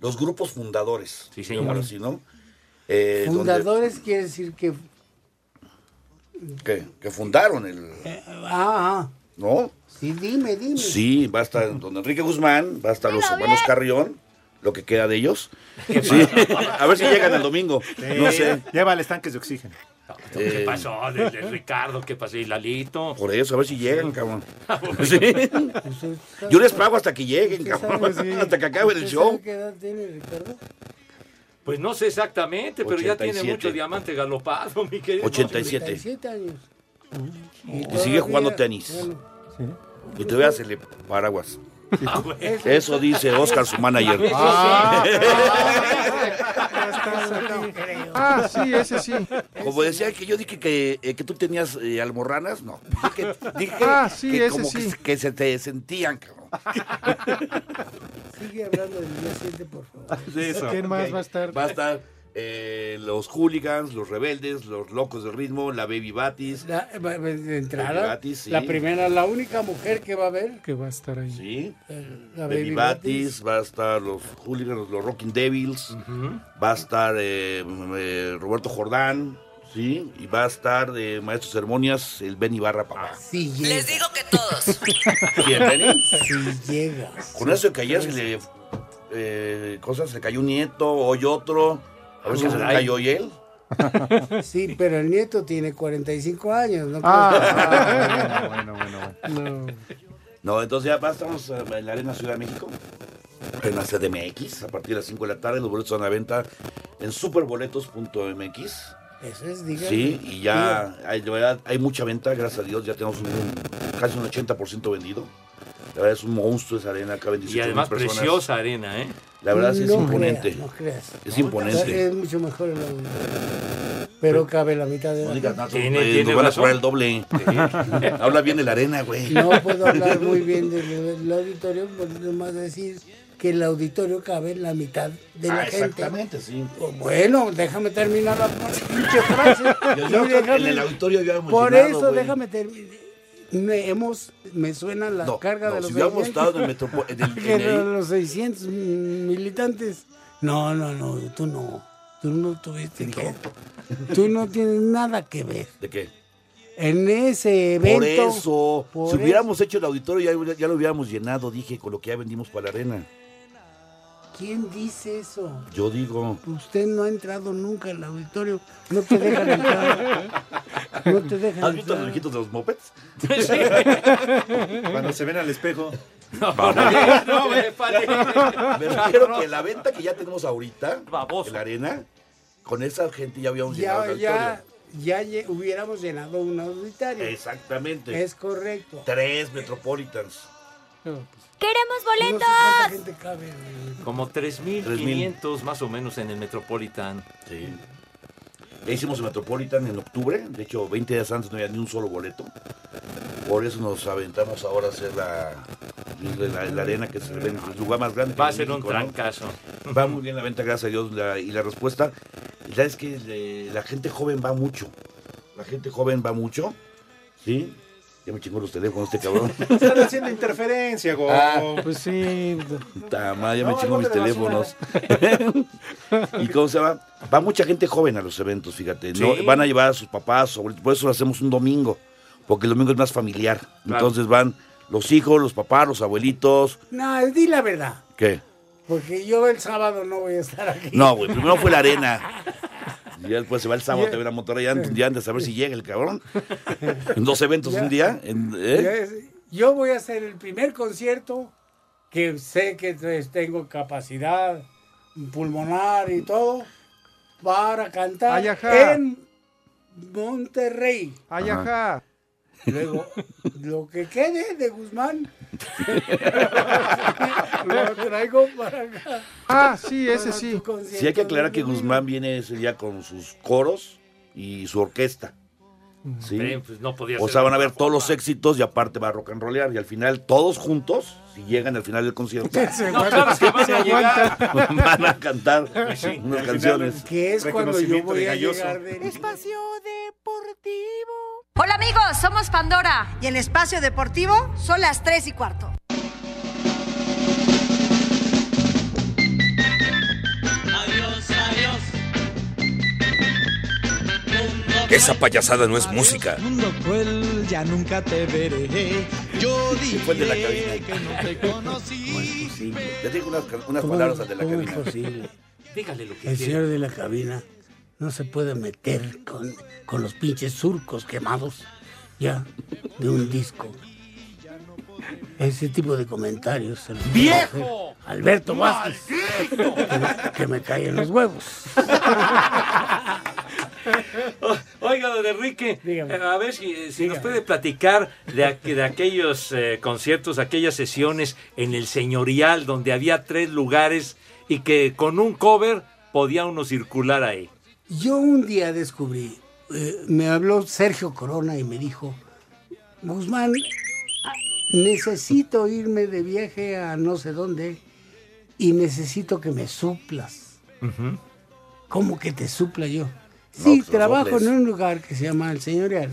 Speaker 11: Los grupos fundadores. Sí,
Speaker 8: señor.
Speaker 11: Así, ¿no? Eh, donde-
Speaker 10: Fundadores quiere decir que. eh,
Speaker 11: que, que fundaron el...
Speaker 10: Ah, ah,
Speaker 11: ¿No?
Speaker 10: sí, dime, dime.
Speaker 11: Sí, va a estar don Enrique Guzmán, va a estar los hermanos Carrión, lo que queda de ellos. Sí. A ver si llegan el domingo. No sé.
Speaker 9: Llévales tanques de oxígeno.
Speaker 8: ¿Qué
Speaker 11: Eh,
Speaker 8: pasó? De, de Ricardo, ¿qué pasó? Y Lalito.
Speaker 11: Por eso, a ver si llegan, cabrón. Sí. Yo les pago hasta que lleguen, cabrón. Hasta que acabe el
Speaker 10: ¿Usted
Speaker 11: show.
Speaker 10: sabe qué edad tiene Ricardo?
Speaker 8: Pues no sé exactamente, pero ya tiene
Speaker 11: 87.
Speaker 8: mucho diamante galopado, mi querido.
Speaker 11: 87.
Speaker 10: 37 años.
Speaker 11: Y sigue jugando tenis. Y te veas el paraguas.
Speaker 8: Ah, bueno.
Speaker 11: Eso dice Oscar, su manager.
Speaker 20: Ah, sí, ese sí.
Speaker 11: Como decía que yo dije que, eh, que tú tenías eh, almorranas, no. Dije, que- dije
Speaker 20: Ah, sí,
Speaker 11: que
Speaker 20: ese
Speaker 11: como
Speaker 20: sí.
Speaker 11: que, que se te sentían, cabrón.
Speaker 10: Sigue hablando del día 7, por favor.
Speaker 11: De eso.
Speaker 3: ¿Quién más
Speaker 11: Ok.
Speaker 3: va a estar?
Speaker 11: Va a estar eh, los hooligans, los rebeldes, los locos de ritmo, la baby batis.
Speaker 10: La, eh, va- va- de entrada,
Speaker 11: Baby Batis, sí.
Speaker 10: la primera, la única mujer que va a ver.
Speaker 3: Que va a estar ahí.
Speaker 11: Sí.
Speaker 10: La
Speaker 11: Baby
Speaker 10: Baby
Speaker 11: Batis, va a estar los Hooligans, los Rocking Devils, va a estar eh, m- eh, Roberto Jordán, ¿sí? Y va a estar de Maestro de Ceremonias, el Benny Barra
Speaker 8: Ah,
Speaker 11: Papá.
Speaker 10: Sí, llega.
Speaker 4: Les digo que todos.
Speaker 11: ¿Quién, Benny?
Speaker 10: Sí, llega.
Speaker 11: Con eso que ayer se le. eh, cosas, se cayó un nieto, hoy otro. A ver si se le
Speaker 10: Ay.
Speaker 11: cayó hoy él.
Speaker 10: Sí, pero el nieto tiene 45 años. ¿no?
Speaker 11: Ah,
Speaker 9: bueno, bueno,
Speaker 10: No.
Speaker 11: No, entonces ya va, estamos eh, en la Arena Ciudad de México, en la CDMX, a partir de las 5 de la tarde. Los boletos están a la venta en superboletos.mx.
Speaker 10: Eso es, diga.
Speaker 11: Sí, y ya hay, de verdad, hay mucha venta, gracias a Dios, ya tenemos un- un- casi un 80% vendido. La verdad es un monstruo esa arena, acá 28
Speaker 8: Y además
Speaker 11: personas.
Speaker 8: preciosa arena, ¿eh?
Speaker 11: La verdad sí es
Speaker 10: No
Speaker 11: imponente.
Speaker 10: creas, no creas.
Speaker 11: Es imponente.
Speaker 10: Es mucho mejor el audio. Pero cabe la mitad de la gente.
Speaker 8: Tiene-
Speaker 11: Eh,
Speaker 8: tiene
Speaker 11: nos van a
Speaker 8: razón.
Speaker 11: cobrar el doble. Habla bien de la arena, güey.
Speaker 10: No puedo hablar muy bien del, del auditorio, por más decir que el auditorio cabe en la mitad de la
Speaker 11: Ah,
Speaker 10: gente. Pues,
Speaker 11: Exactamente, sí.
Speaker 10: Bueno, déjame terminar la pinche frase.
Speaker 11: Yo-
Speaker 10: Y
Speaker 11: yo creo que
Speaker 10: déjame-
Speaker 11: en el auditorio había
Speaker 10: Por
Speaker 11: emocionado,
Speaker 10: eso,
Speaker 11: güey.
Speaker 10: déjame terminar. Me, hemos, me suena la
Speaker 11: No,
Speaker 10: carga
Speaker 11: no,
Speaker 10: de los
Speaker 11: si hubiéramos
Speaker 10: 600.
Speaker 11: estado en el metropo- en el- en
Speaker 10: Que
Speaker 11: el-
Speaker 10: de los 600 militantes. No, no, no, tú no. Tú no tuviste que... Tú no tienes nada que ver.
Speaker 11: ¿De qué?
Speaker 10: En ese evento...
Speaker 11: Por eso,
Speaker 10: por
Speaker 11: si hubiéramos hecho el auditorio, ya, ya lo hubiéramos llenado, dije, con lo que ya vendimos para la arena.
Speaker 10: ¿Quién dice eso?
Speaker 11: Yo digo,
Speaker 10: Usted no ha entrado nunca al auditorio. No te dejan entrar. No te dejan
Speaker 11: ¿has visto
Speaker 10: entrar.
Speaker 11: los viejitos de los mopeds?
Speaker 9: Cuando se ven al espejo.
Speaker 11: No, me Me refiero que la venta que ya tenemos ahorita, en la arena, con esa gente ya habíamos llegado
Speaker 10: Ya,
Speaker 11: al
Speaker 10: ya,
Speaker 11: auditorio. Este.
Speaker 10: ya lle- hubiéramos llenado un auditorio.
Speaker 11: Exactamente.
Speaker 10: Es correcto.
Speaker 11: Tres Metropolitans.
Speaker 7: ¡Queremos
Speaker 10: No sé cuánta
Speaker 7: boletos!
Speaker 10: gente cabe, güey.
Speaker 8: Como 3.500 más o menos en el Metropolitan.
Speaker 11: Sí. Ya hicimos el Metropolitan en octubre, de hecho 20 días antes no había ni un solo boleto. Por eso nos aventamos ahora a hacer la, la- la arena, que es el, el lugar más grande.
Speaker 8: Va a
Speaker 11: que hay
Speaker 8: ser
Speaker 11: en
Speaker 8: un
Speaker 11: México, ¿no?
Speaker 8: trancazo.
Speaker 11: Va muy bien la venta, gracias a Dios, la- y la respuesta. La es que le- la gente joven va mucho. La gente joven va mucho. ¿Sí? Ya me chingó los teléfonos este cabrón.
Speaker 9: Están haciendo interferencia, Go.
Speaker 11: Ah.
Speaker 3: Pues sí.
Speaker 11: Ta madre, ya me
Speaker 9: No,
Speaker 11: chingo
Speaker 9: algo
Speaker 11: mis
Speaker 9: de la
Speaker 11: teléfonos. ¿Y cómo se va? Va mucha gente joven a los eventos, fíjate. Eh, ¿no?
Speaker 8: Sí.
Speaker 11: Van a llevar a sus papás, sobre- por eso lo hacemos un domingo, porque el domingo es más familiar. Entonces van los hijos, los papás, los abuelitos.
Speaker 10: No, di la verdad.
Speaker 11: ¿Qué?
Speaker 10: Porque yo el sábado no voy a estar aquí.
Speaker 11: No, güey, primero fue la arena. Y ya después se va el sábado
Speaker 10: Ya-
Speaker 11: también a Monterrey antes, ya antes a ver si llega el cabrón. En dos eventos
Speaker 10: Ya-
Speaker 11: un día. en- ¿eh?
Speaker 10: Ya es- Yo voy a hacer el primer concierto que sé que pues, tengo capacidad pulmonar y todo para cantar
Speaker 21: Ay, ajá.
Speaker 10: en Monterrey.
Speaker 21: Ay,
Speaker 10: Ajá.
Speaker 21: ajá.
Speaker 10: Luego, lo que quede de Guzmán lo traigo para acá.
Speaker 21: Ah, sí,
Speaker 10: ese sí.
Speaker 11: Sí, hay que aclarar que Guzmán viene ese día con sus coros y su orquesta. ¿Sí?
Speaker 8: Eh, pues no podía
Speaker 11: o
Speaker 8: ser
Speaker 11: sea, van a
Speaker 8: de
Speaker 11: ver todos los éxitos y aparte va a rock and rollear. Y al final, todos juntos, si llegan al final del concierto,
Speaker 10: Se
Speaker 8: No, claro que van a llegar.
Speaker 11: van a cantar
Speaker 8: Sí, al
Speaker 11: unas
Speaker 8: final,
Speaker 11: canciones.
Speaker 10: Que es cuando yo
Speaker 11: Reconocimiento
Speaker 10: voy
Speaker 11: de
Speaker 10: a
Speaker 11: galloso.
Speaker 10: llegar de
Speaker 4: Espacio Deportivo. Hola amigos, somos Pandora. Y en Espacio Deportivo son las 3 y cuarto.
Speaker 20: Adiós, adiós.
Speaker 22: Esa payasada no es música.
Speaker 6: Mundo cruel, ya nunca te veré. Yo dije
Speaker 11: fue el de la cabina.
Speaker 6: que no te
Speaker 10: pues
Speaker 6: conocí.
Speaker 11: Te digo unas, ca- unas
Speaker 10: ¿Cómo-
Speaker 11: palabras al de la
Speaker 10: cómo
Speaker 11: cabina.
Speaker 10: es posible?
Speaker 8: Dígale lo que
Speaker 10: El
Speaker 8: quiera.
Speaker 10: señor de la cabina no se puede meter con, con los pinches surcos quemados ya de un disco. Ese tipo de comentarios. se los puede hacer
Speaker 20: ¡Viejo!
Speaker 10: Alberto Vázquez.
Speaker 20: ¡Maldito!
Speaker 10: Que, me- que me cae en los huevos.
Speaker 8: Oiga, don Enrique, eh, a ver si, eh, si nos puede platicar de, aqu- de aquellos eh, conciertos, aquellas sesiones en el señorial donde había tres lugares y que con un cover podía uno circular ahí.
Speaker 10: Yo un día descubrí, eh, me habló Sergio Corona y me dijo, Guzmán, necesito irme de viaje a no sé dónde y necesito que me suplas. ¿Cómo que te supla yo? Sí,
Speaker 21: pues,
Speaker 10: trabajo
Speaker 21: soples.
Speaker 10: en un lugar que se llama El Señorial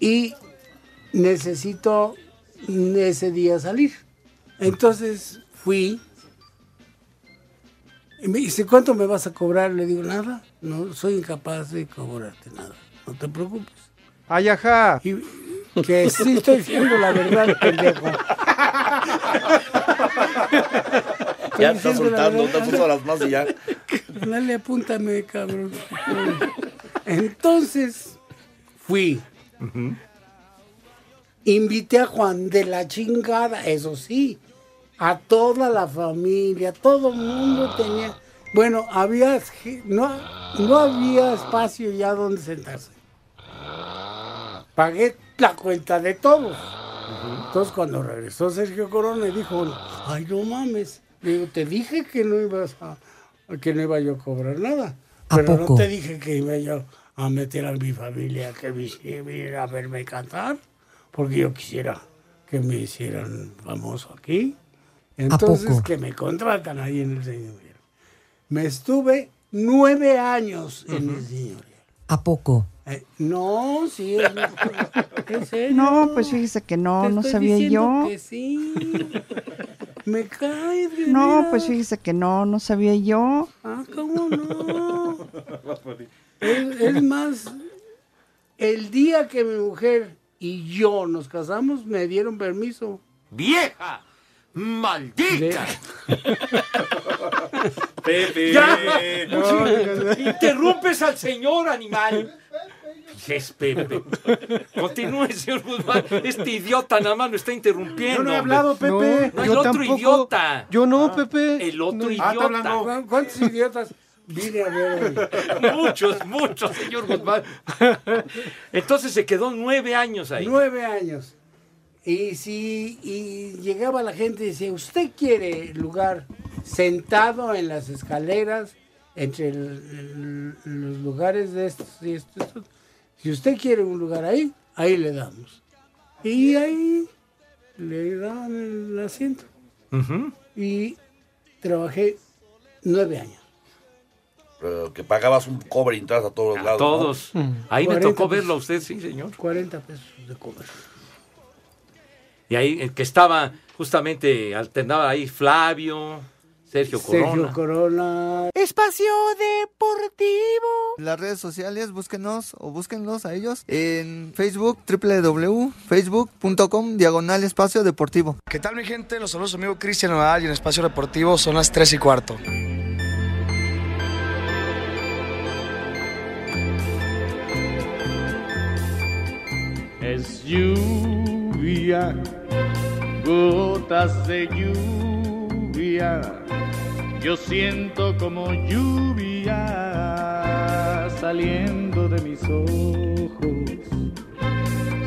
Speaker 10: y necesito ese día salir. Entonces fui y me dice, ¿cuánto me vas a cobrar? Le digo, nada, no soy incapaz de cobrarte nada, no te preocupes.
Speaker 21: Ay, ajá.
Speaker 10: Que sí estoy diciendo la verdad, pendejo.
Speaker 11: Ya
Speaker 10: Estoy
Speaker 11: está
Speaker 10: diciendo la
Speaker 11: soltando,
Speaker 10: verdad.
Speaker 11: está soltando las más y ya.
Speaker 10: Dale, apúntame, cabrón. Entonces, fui. Invité a Juan de la chingada, eso sí, a toda la familia, todo el
Speaker 21: Ah.
Speaker 10: mundo tenía. Bueno, había ge- no, no
Speaker 21: Ah.
Speaker 10: había espacio ya donde sentarse. Pagué la cuenta de todos.
Speaker 21: Ah.
Speaker 10: Entonces cuando regresó Sergio Corona y dijo, ay no mames, Le digo, te dije que no ibas a, que no iba yo a cobrar nada.
Speaker 21: ¿A
Speaker 10: Pero
Speaker 21: poco?
Speaker 10: no te dije que iba yo a meter a mi familia que viniera a verme cantar, porque yo quisiera que me hicieran famoso aquí. Entonces
Speaker 21: poco?
Speaker 10: que me contratan ahí en el señor. Me estuve nueve años en el señor.
Speaker 23: ¿A poco?
Speaker 10: Eh, no, sí, es, es serio.
Speaker 23: No, pues fíjese que no,
Speaker 10: Te
Speaker 23: no
Speaker 10: estoy
Speaker 23: sabía
Speaker 10: diciendo
Speaker 23: yo.
Speaker 10: que sí. Me caes, de
Speaker 23: No,
Speaker 10: veras.
Speaker 23: pues fíjese que no, no sabía yo.
Speaker 10: Ah, ¿cómo no? Es, es más, el día que mi mujer y yo nos casamos, me dieron permiso.
Speaker 20: ¡Vieja! ¡Maldita!
Speaker 8: Pepe. Interrumpes al señor animal. Pues Es Pepe. Continúe, señor Guzmán. Este idiota nada más lo está interrumpiendo.
Speaker 21: Yo no he hablado,
Speaker 8: hombre.
Speaker 21: Pepe.
Speaker 8: No,
Speaker 21: Yo
Speaker 8: el otro
Speaker 21: tampoco.
Speaker 8: idiota.
Speaker 21: Yo no, Pepe.
Speaker 8: El otro
Speaker 21: Ah, está hablando.
Speaker 8: idiota.
Speaker 10: ¿Cu- ¿Cuántos idiotas vine a ver?
Speaker 8: Muchos, muchos, señor Guzmán. Entonces se quedó nueve años ahí.
Speaker 10: Nueve años. Y si y llegaba la gente y decía, ¿usted quiere lugar sentado en las escaleras entre el- el- los lugares de estos y estos, estos? Si usted quiere un lugar ahí, ahí le damos. Y ahí le daban el asiento. Y trabajé nueve años.
Speaker 11: Pero que pagabas un cobre y entrabas a todos lados. ¿no?
Speaker 8: Todos. Ahí me
Speaker 10: 40
Speaker 8: tocó
Speaker 10: pesos.
Speaker 8: verlo a usted, sí, señor.
Speaker 10: 40 pesos de comer.
Speaker 8: Y ahí el que estaba, justamente alternaba ahí Flavio, Sergio Corona.
Speaker 10: Sergio Corona.
Speaker 1: Espacio Deportivo. Las redes sociales, búsquenos o búsquenlos a ellos en Facebook, www.facebook.com, diagonal espacio deportivo.
Speaker 2: ¿Qué tal mi gente? Los saludos su amigo Cristian Nodal y en Espacio Deportivo son las 3 y cuarto.
Speaker 12: Es lluvia, gotas de lluvia. Yo siento como lluvia saliendo de mis ojos.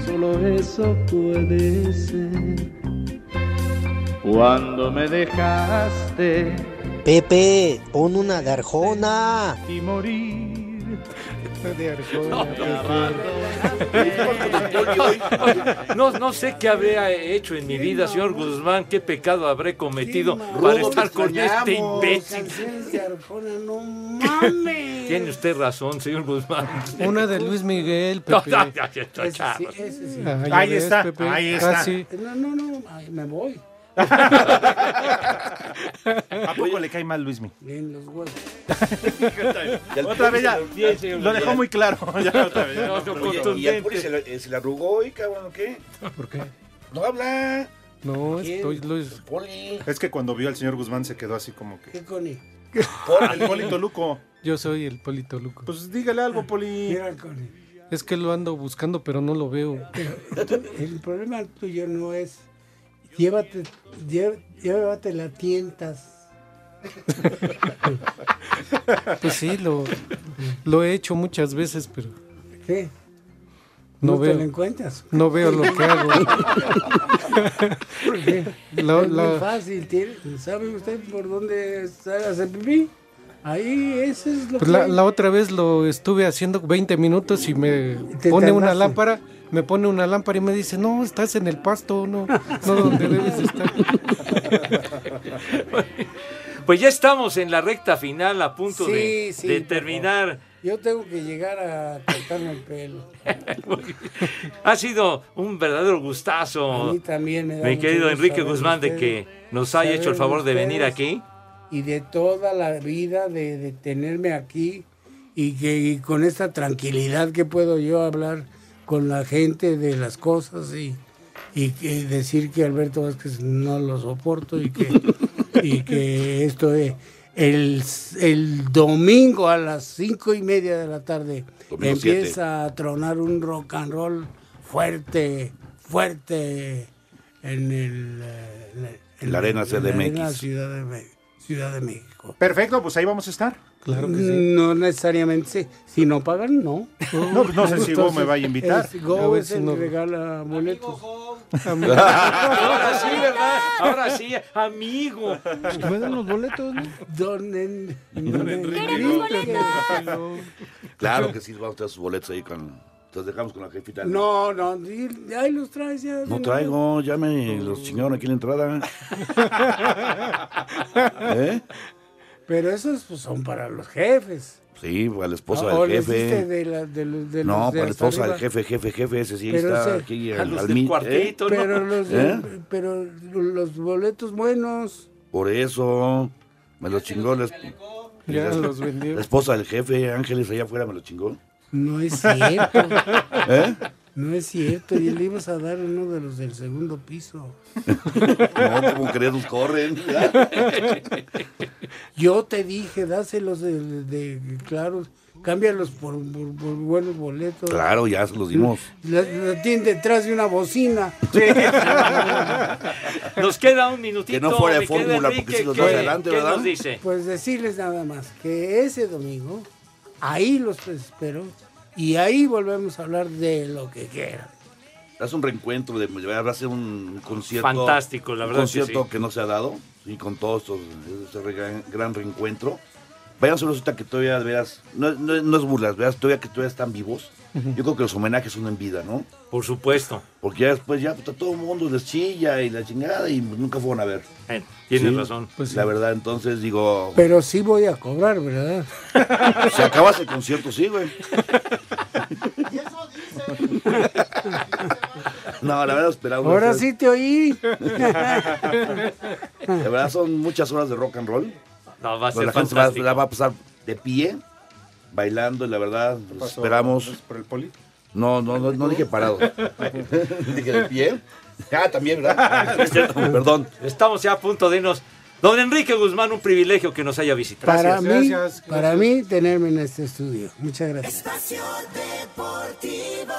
Speaker 12: Solo eso puede ser. Cuando me dejaste
Speaker 24: Pepe, pon una garjona.
Speaker 12: y morí.
Speaker 10: De
Speaker 12: No,
Speaker 8: No, no sé qué habría hecho en mi vida, señor Guzmán, qué pecado habré cometido para
Speaker 10: Rudo,
Speaker 8: estar
Speaker 10: te
Speaker 8: con este
Speaker 10: extrañamos,
Speaker 8: imbécil.
Speaker 10: canciones de Arjona, no mames.
Speaker 8: Tiene usted razón, señor Guzmán.
Speaker 3: Una de Luis Miguel,
Speaker 8: No,
Speaker 3: Pepe.
Speaker 8: no, no, no,
Speaker 10: Ese sí,
Speaker 8: charros.
Speaker 10: ese sí.
Speaker 3: Ah, ya Ahí ves, está, Pepe, Ah, ahí está. casi.
Speaker 10: No, no, no, ay, me voy.
Speaker 9: ¿A poco le cae mal Luismi?
Speaker 10: En los huevos.
Speaker 9: otra vez ya. Lo dejó muy claro. Ya, otra vez, ya.
Speaker 11: Oye, y al Puri se le, eh, se le arrugó hoy, cabrón, ¿o qué?
Speaker 3: ¿Por qué?
Speaker 11: No habla.
Speaker 3: No,
Speaker 11: ¿Quién?
Speaker 3: estoy Luis.
Speaker 11: Poli.
Speaker 9: Es que cuando vio al señor Guzmán se quedó así como que.
Speaker 10: ¿Qué Connie?
Speaker 9: Al Poli Toluco.
Speaker 3: Yo soy el Polito Luco.
Speaker 9: Pues dígale algo, Poli.
Speaker 10: Mira, Connie,
Speaker 3: Es que lo ando buscando, pero no lo veo.
Speaker 10: tú- el problema tuyo no es llévate, lle- llévate la tientas.
Speaker 3: Pues sí, lo, lo he hecho muchas veces, pero
Speaker 10: ¿Qué?
Speaker 3: no,
Speaker 10: ¿No te
Speaker 3: veo.
Speaker 10: la encuentras?
Speaker 3: No veo lo que hago.
Speaker 10: ¿Por qué?
Speaker 3: La-
Speaker 10: es muy
Speaker 3: la-
Speaker 10: fácil, tiene- ¿sabe usted por dónde sale hace pipí? Ahí, ese es lo
Speaker 3: Pues
Speaker 10: que...
Speaker 3: la, la otra vez lo estuve haciendo 20 minutos y me pone una
Speaker 10: tardaste.
Speaker 3: lámpara, me pone una lámpara y me dice, no, estás en el pasto, no, no donde debes estar.
Speaker 8: Pues ya estamos en la recta final, a punto
Speaker 10: Sí,
Speaker 8: de,
Speaker 10: sí,
Speaker 8: de
Speaker 10: por
Speaker 8: terminar.
Speaker 10: Yo tengo que llegar a cortarme el pelo.
Speaker 8: Ha sido un verdadero gustazo.
Speaker 10: A mí también me da
Speaker 8: Mi
Speaker 10: mucho
Speaker 8: querido
Speaker 10: gusto
Speaker 8: Enrique
Speaker 10: saber de
Speaker 8: Guzmán, de
Speaker 10: ustedes,
Speaker 8: que nos haya hecho el
Speaker 10: saber
Speaker 8: favor de
Speaker 10: ustedes.
Speaker 8: venir aquí.
Speaker 10: Y de toda la vida de, de tenerme aquí y que y con esta tranquilidad que puedo yo hablar con la gente de las cosas y, y que decir que Alberto Vázquez no lo soporto y que, y que esto es el, el domingo a las cinco y media de la tarde
Speaker 11: Domingo
Speaker 10: empieza
Speaker 11: siete.
Speaker 10: a tronar un rock and roll fuerte, fuerte en el eh, en la-
Speaker 11: En la arena
Speaker 10: en la
Speaker 11: CDMX.
Speaker 10: arena Ciudad de México. Ciudad de México.
Speaker 9: Perfecto, pues ahí vamos a estar.
Speaker 10: Claro que sí. No necesariamente sí. Si no pagan, no.
Speaker 11: Uh,
Speaker 9: No, pues no sé si Go me vaya a
Speaker 11: eh,
Speaker 9: invitar.
Speaker 10: es-
Speaker 9: A
Speaker 10: Go
Speaker 9: ver
Speaker 10: es
Speaker 9: si
Speaker 10: el
Speaker 9: no-
Speaker 10: que regala boletos.
Speaker 8: Ahora sí, ¿verdad? Ahora sí, amigo.
Speaker 10: Me dan los boletos, ¿no? Don En- Don Enrique.
Speaker 11: Claro que sí, va usted a sus boletos ahí con. Los dejamos con la jefita.
Speaker 10: No, no, di- ahí los traes ya. de
Speaker 11: No
Speaker 10: una
Speaker 11: traigo, ya me los chingaron aquí en la entrada. ¿Eh?
Speaker 10: vez. Pero esos pues, son para los jefes.
Speaker 11: Sí, para la esposa
Speaker 10: Ah, o
Speaker 11: del
Speaker 10: les diste
Speaker 11: jefe.
Speaker 10: de la- de los- de
Speaker 11: no,
Speaker 10: los de
Speaker 11: para la
Speaker 10: hasta
Speaker 11: esposa del
Speaker 10: arriba.
Speaker 11: jefe, jefe, jefe, ese sí
Speaker 10: Pero
Speaker 11: está
Speaker 10: ese-
Speaker 11: aquí
Speaker 10: a
Speaker 11: al,
Speaker 10: los
Speaker 11: al
Speaker 10: del
Speaker 11: mil- ¿eh?
Speaker 10: Pero, los,
Speaker 11: ¿Eh?
Speaker 10: pero los boletos buenos.
Speaker 11: Por eso me los chingó la, esp-
Speaker 10: Ya
Speaker 11: la-
Speaker 10: los vendió.
Speaker 11: la esposa del jefe, Ángeles allá afuera me los chingó.
Speaker 10: No es cierto.
Speaker 11: ¿Eh?
Speaker 10: No es cierto. Y le ibas a dar uno de los del segundo piso.
Speaker 11: No, como crees, nos corren.
Speaker 10: Yo te dije, dáselos de, de- de claros, cámbialos por, por- por buenos boletos.
Speaker 11: Claro, ya se los dimos.
Speaker 10: La, la tienen detrás de una bocina.
Speaker 8: Nos queda un minutito.
Speaker 11: Que no fuera de
Speaker 8: mi querido
Speaker 11: fórmula,
Speaker 8: Enrique,
Speaker 11: porque si los
Speaker 8: ¿qué-
Speaker 11: dos adelante,
Speaker 8: qué
Speaker 11: ¿verdad?
Speaker 8: nos dice?
Speaker 10: Pues decirles nada más que ese domingo, ahí los espero y ahí volvemos a hablar de lo que quieran.
Speaker 9: hace un reencuentro, de, hace un concierto.
Speaker 8: Fantástico, la verdad
Speaker 9: Un
Speaker 8: que
Speaker 9: concierto
Speaker 8: sí.
Speaker 9: que, no se ha dado, y con todo estos, este re- gran, gran reencuentro. Vayan sobre resulta que todavía, de veras, no, no- no es burlas, veras, todavía que todavía están vivos. Yo creo que los homenajes son en vida, ¿no?
Speaker 8: Por supuesto.
Speaker 9: Porque ya después ya pues, a todo el mundo les chilla y la chingada y nunca fueron a ver.
Speaker 8: tienes
Speaker 9: Sí,
Speaker 8: razón.
Speaker 9: La verdad, entonces digo,
Speaker 10: Pero sí voy a cobrar, ¿verdad?
Speaker 9: si acabas el concierto, sí, güey. No, la verdad esperaba. una
Speaker 10: Ahora
Speaker 9: vez.
Speaker 10: sí te oí.
Speaker 9: De verdad son muchas horas de rock and roll.
Speaker 8: No, va a ser
Speaker 9: Pero la gente va,
Speaker 8: fantástico.
Speaker 9: la va a pasar de pie, bailando, y la verdad, los
Speaker 25: pasó?
Speaker 9: esperamos.
Speaker 25: ¿Por el poli?
Speaker 9: No, no, no, no dije parado. dije de pie. Ah, también, ¿verdad? Es cierto, Perdón.
Speaker 8: Estamos ya a punto de irnos. Don Enrique Guzmán, un privilegio que nos haya visitado.
Speaker 10: para mí, para mí tenerme en este estudio. Muchas gracias.
Speaker 26: Deportivo.